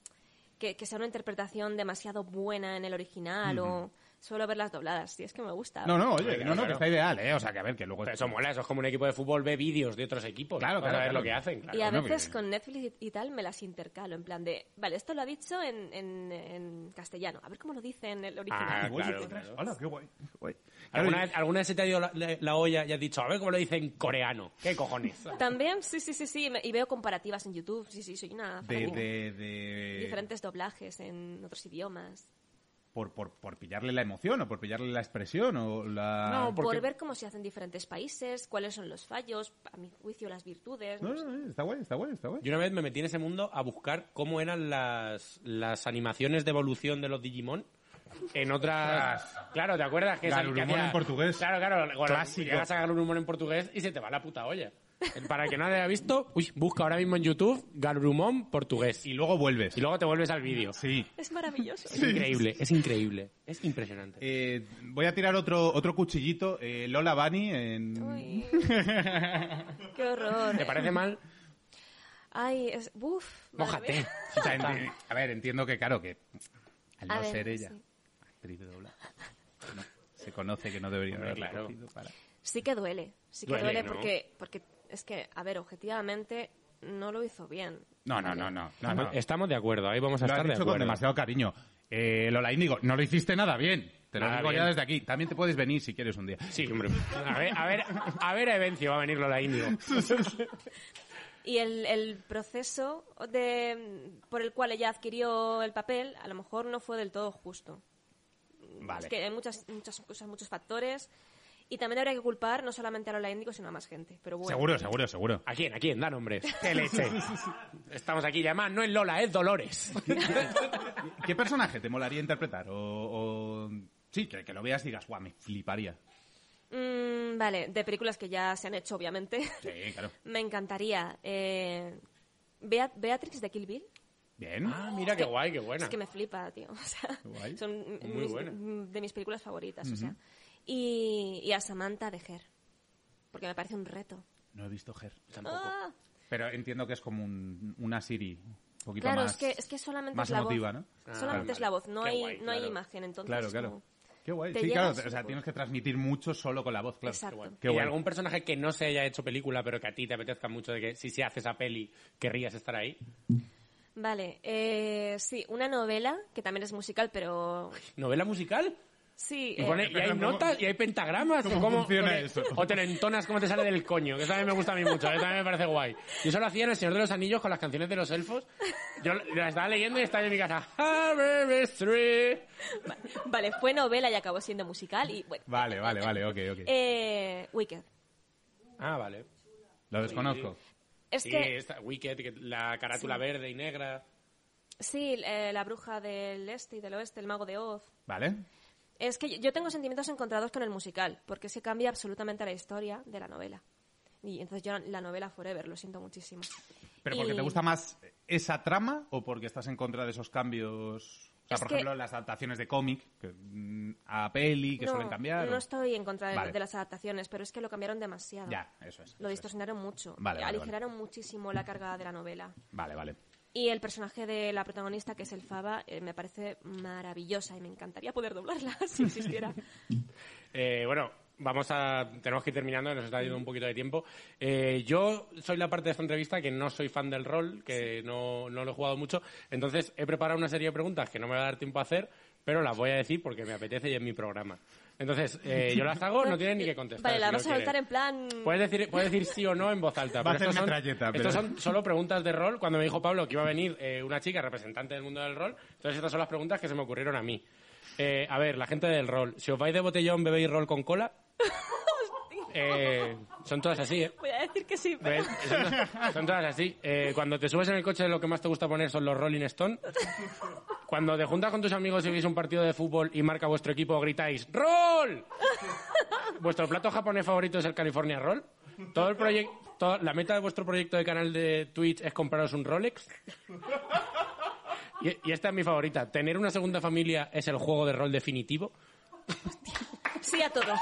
Que, que sea una interpretación demasiado buena en el original o... Suelo ver las dobladas, y es que me gusta. No, no, oye, Claro, no, no, que claro. está ideal, ¿eh? O sea, que a ver, que luego... Pero eso mola, eso es como un equipo de fútbol, ve vídeos de otros equipos Claro, para claro, ver claro. lo que hacen. claro. y a no, veces que- con Netflix y, y tal me las intercalo, en plan de, vale, esto lo ha dicho en, en- en castellano, a ver cómo lo dice en el original. Ah, Oye, claro, ostras, claro. Hola, qué guay. qué guay. Claro, ¿Alguna, vez, alguna vez se te ha ido la, la- la olla y has dicho, a ver cómo lo dice en coreano? ¿Qué cojones? También, sí, sí, sí, sí, me- y veo comparativas en YouTube, sí, sí, soy una... de, fanática. de, de- Diferentes doblajes en otros idiomas. Por, por, por pillarle la emoción o por pillarle la expresión o la... No, porque- Por ver cómo se hacen diferentes países, cuáles son los fallos, a mi juicio las virtudes. No, no no, sé. no, está guay, está guay, está guay. Yo una vez me metí en ese mundo a buscar cómo eran las, las animaciones de evolución de los Digimon. En otras... Ostras. Claro, ¿te acuerdas? que es el que Garurumon hacía- en portugués. Claro, claro. Bueno, Clásico. Llegas a Garurumon en portugués y se te va la puta olla. Para el que no lo haya visto, uy, busca ahora mismo en YouTube Garurumon portugués. Y Y, luego vuelves. luego te vuelves al vídeo. Sí. Es maravilloso. Es increíble, es increíble. Es impresionante. Eh, voy a tirar otro, otro cuchillito. eh, Lola Bunny en... Uy, qué horror. ¿Te parece mal? Ay, es... Uf, madre Mójate. mía. O sea, enti- a ver, entiendo que, claro, que al A no ver, ser ella, sí. actriz de doblaje, no, se conoce que no debería Hombre, haber claro. para... Sí que duele, sí que Duele, duele, ¿no? porque, porque es que, a ver, objetivamente no lo hizo bien. No, no, no, no. no, no. Estamos- Estamos de acuerdo, ahí vamos a lo has Ah, estar de dicho con acuerdo. demasiado cariño. Eh, Lola Índigo, no lo hiciste nada bien. Te lo Nada digo bien. ya desde aquí. También te puedes venir si quieres un día. Sí, hombre. A ver, a ver, a ver a Evencio, va a venir Lola Índigo. Y el, el proceso de, por el cual ella adquirió el papel a lo mejor no fue del todo justo. Vale. Es que hay muchas, muchas cosas, muchos factores. Y también habría que culpar no solamente a Lola Índigo, sino a más gente. Pero bueno. Seguro, seguro, seguro. ¿A quién? ¿A quién? Da nombres. TLC. Estamos aquí, ya más no es Lola, es Dolores. ¿Qué personaje te molaría interpretar? O, o- sí, que, que lo veas y digas, guau, me fliparía. Mm, vale, de películas que ya se han hecho, obviamente. Sí, claro. Me encantaría. eh, Bea- Beatrix de Kill Bill. Bien. Ah, mira qué guay, qué buena. Es que me flipa, tío. O sea, Guay. son Muy mis- buena. de mis películas favoritas. o sea. y, y a Samantha de Her. Porque me parece un reto. No he visto Ger. Tampoco. Ah, Pero entiendo que es como un- una Siri. Un poquito claro, más, es, que, es que solamente más es la emotiva, voz. ¿no? Ah, Solamente es la voz, no, Qué hay, guay, no hay claro. imagen. Entonces, Claro, claro. como- Qué guay. te Sí, llegas claro. O sea, un tienes que transmitir mucho solo con la voz, claro. Exacto. Qué ¿Y guay. algún personaje que no se haya hecho película, pero que a ti te apetezca mucho de que si se hace esa peli, querrías estar ahí? Vale, eh, sí, una novela que también es musical, pero. ¿Novela musical? Sí, Y, eh, pone- y hay notas y hay pentagramas. ¿Cómo funciona eso? O te lo entonas como te sale del coño, que eso también me gusta a mí mucho, eso también me parece guay. Yo eso lo hacía en El Señor de los Anillos con las canciones de los elfos. Yo la estaba leyendo y estaba en mi casa. "Harry Mystery". eh, vale, fue novela y acabó siendo musical. Y bueno. Vale, vale, vale, ok, ok. Eh, Wicked. Ah, vale. lo eh, desconozco. Es Sí, que esta- Wicked, que la carátula Sí. verde y negra. Sí, eh, la bruja del este y del oeste, el mago de Oz. ¿Vale? Es que yo- yo tengo sentimientos encontrados con el musical, porque se cambia absolutamente la historia de la novela. Y entonces yo la novela forever, lo siento muchísimo. ¿Pero porque Y- te gusta más esa trama o porque estás en contra de esos cambios? O sea, Es por que- ejemplo, las adaptaciones de cómic que, mm, a peli que no, suelen cambiar. No o- estoy en contra de, Vale. de las adaptaciones, pero es que lo cambiaron demasiado. Ya, eso es. eso Lo es. distorsionaron mucho. Vale, vale, vale. aligeraron muchísimo la carga de la novela. Vale, vale. Y el personaje de la protagonista, que es el Faba, eh, me parece maravillosa y me encantaría poder doblarla si existiera. Eh, bueno, Vamos a. Tenemos que ir terminando, nos está yendo un poquito de tiempo. Eh, yo soy la parte de esta entrevista que no soy fan del rol, que no, no lo he jugado mucho. Entonces, he preparado una serie de preguntas que no me va a dar tiempo a hacer, pero las voy a decir porque me apetece y es mi programa. Entonces, eh, yo las hago, no tienen ni que contestar. Vale, la si no vas a soltar quieren. en plan. Pues- Puedes decir, puedes decir sí o no en voz alta. Va a pero ser estos son- metralleta, pero- Estos son solo preguntas de rol. Cuando me dijo Pablo que iba a venir eh, una chica representante del mundo del rol, entonces estas son las preguntas que se me ocurrieron a mí. Eh, a ver, la gente del rol. Si os vais de botellón, bebéis rol con cola. Eh, son todas así, ¿eh? Voy a decir que sí, pero. ¿Ves? Son, son todas así. Eh, cuando te subes en el coche, lo que más te gusta poner son los Rolling Stone. Cuando te juntas con tus amigos y veis un partido de fútbol y marca vuestro equipo, gritáis ¡Roll! ¿Vuestro plato japonés favorito es el California Roll? ¿Todo el proyecto, ¿La meta de vuestro proyecto de canal de Twitch es compraros un Rolex? Y, y esta es mi favorita. ¿Tener una segunda familia es el juego de rol definitivo? Sí a todo.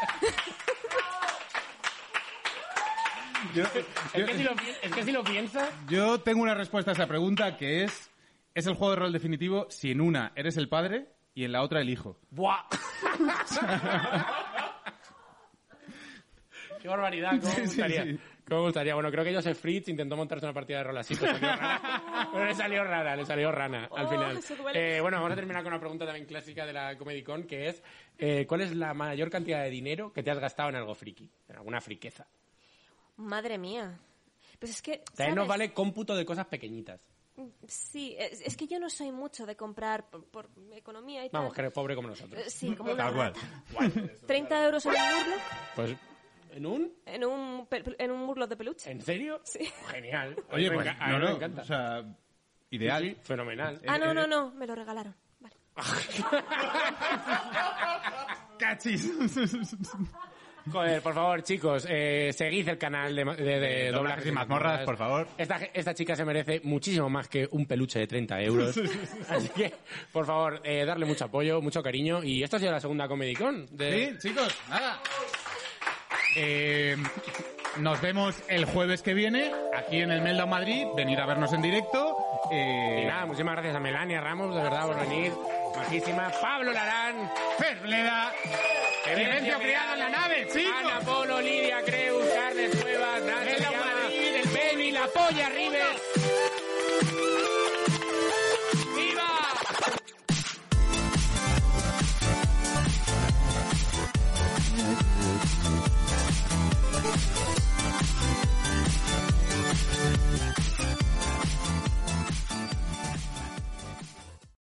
Es que si lo, pi- es que si lo piensas... Yo tengo una respuesta a esa pregunta que es, ¿es el juego de rol definitivo si en una eres el padre y en la otra el hijo? ¡Buah! ¡Qué barbaridad! ¿Cómo me Sí, sí, gustaría? sí. ¿Cómo me gustaría? Bueno, creo que Joseph Fritz intentó montarse una partida de rol así, pero, salió rana. Pero le salió rara, le salió rana al Oh, final. eso duele. Eh, bueno, vamos a terminar con una pregunta también clásica de la Comedy Con, que es eh, ¿cuál es la mayor cantidad de dinero que te has gastado en algo friki? En alguna friqueza. Madre mía. Pues es que. También nos ¿sabes? vale cómputo de cosas pequeñitas. Sí, es, es que yo no soy mucho de comprar por, por economía y Vamos, que tal. eres pobre como nosotros. Eh, Sí, como una Tal cual. rata. 30 euros en un burlo. Pues, ¿en un? En un, pe- en un burlo de peluche. ¿En serio? Sí. Genial. Oye, Me pues, enca- a no, mí me no, encanta. o sea, ideal. Sí, sí, fenomenal. Eh, Ah, no, no, no. Me lo regalaron. Vale. ¡Cachis! Joder, por favor, chicos, eh, seguid el canal de, ma- de- de doblajes, Eh, y mazmorras, por favor. Esta, ge- esta chica se merece muchísimo más que un peluche de 30 euros. Así que, por favor, eh, darle mucho apoyo, mucho cariño. Y esto ha sido la segunda Comedy Con. De... Sí, chicos, nada. Eh, nos vemos el jueves que viene aquí en el Meldown Madrid. Venir a vernos en directo. Y Eh, nada, muchísimas gracias a Melania Ramos, de verdad, por venir. Majísima. Pablo Larán. Ferbleda. Evidencia Evidencia creada en la nave, chicos. Ana Polo, Lidia Creus, Carles Cuevas, Daniel Venga, Llama, Madrid, el Beni, la polla, Rives.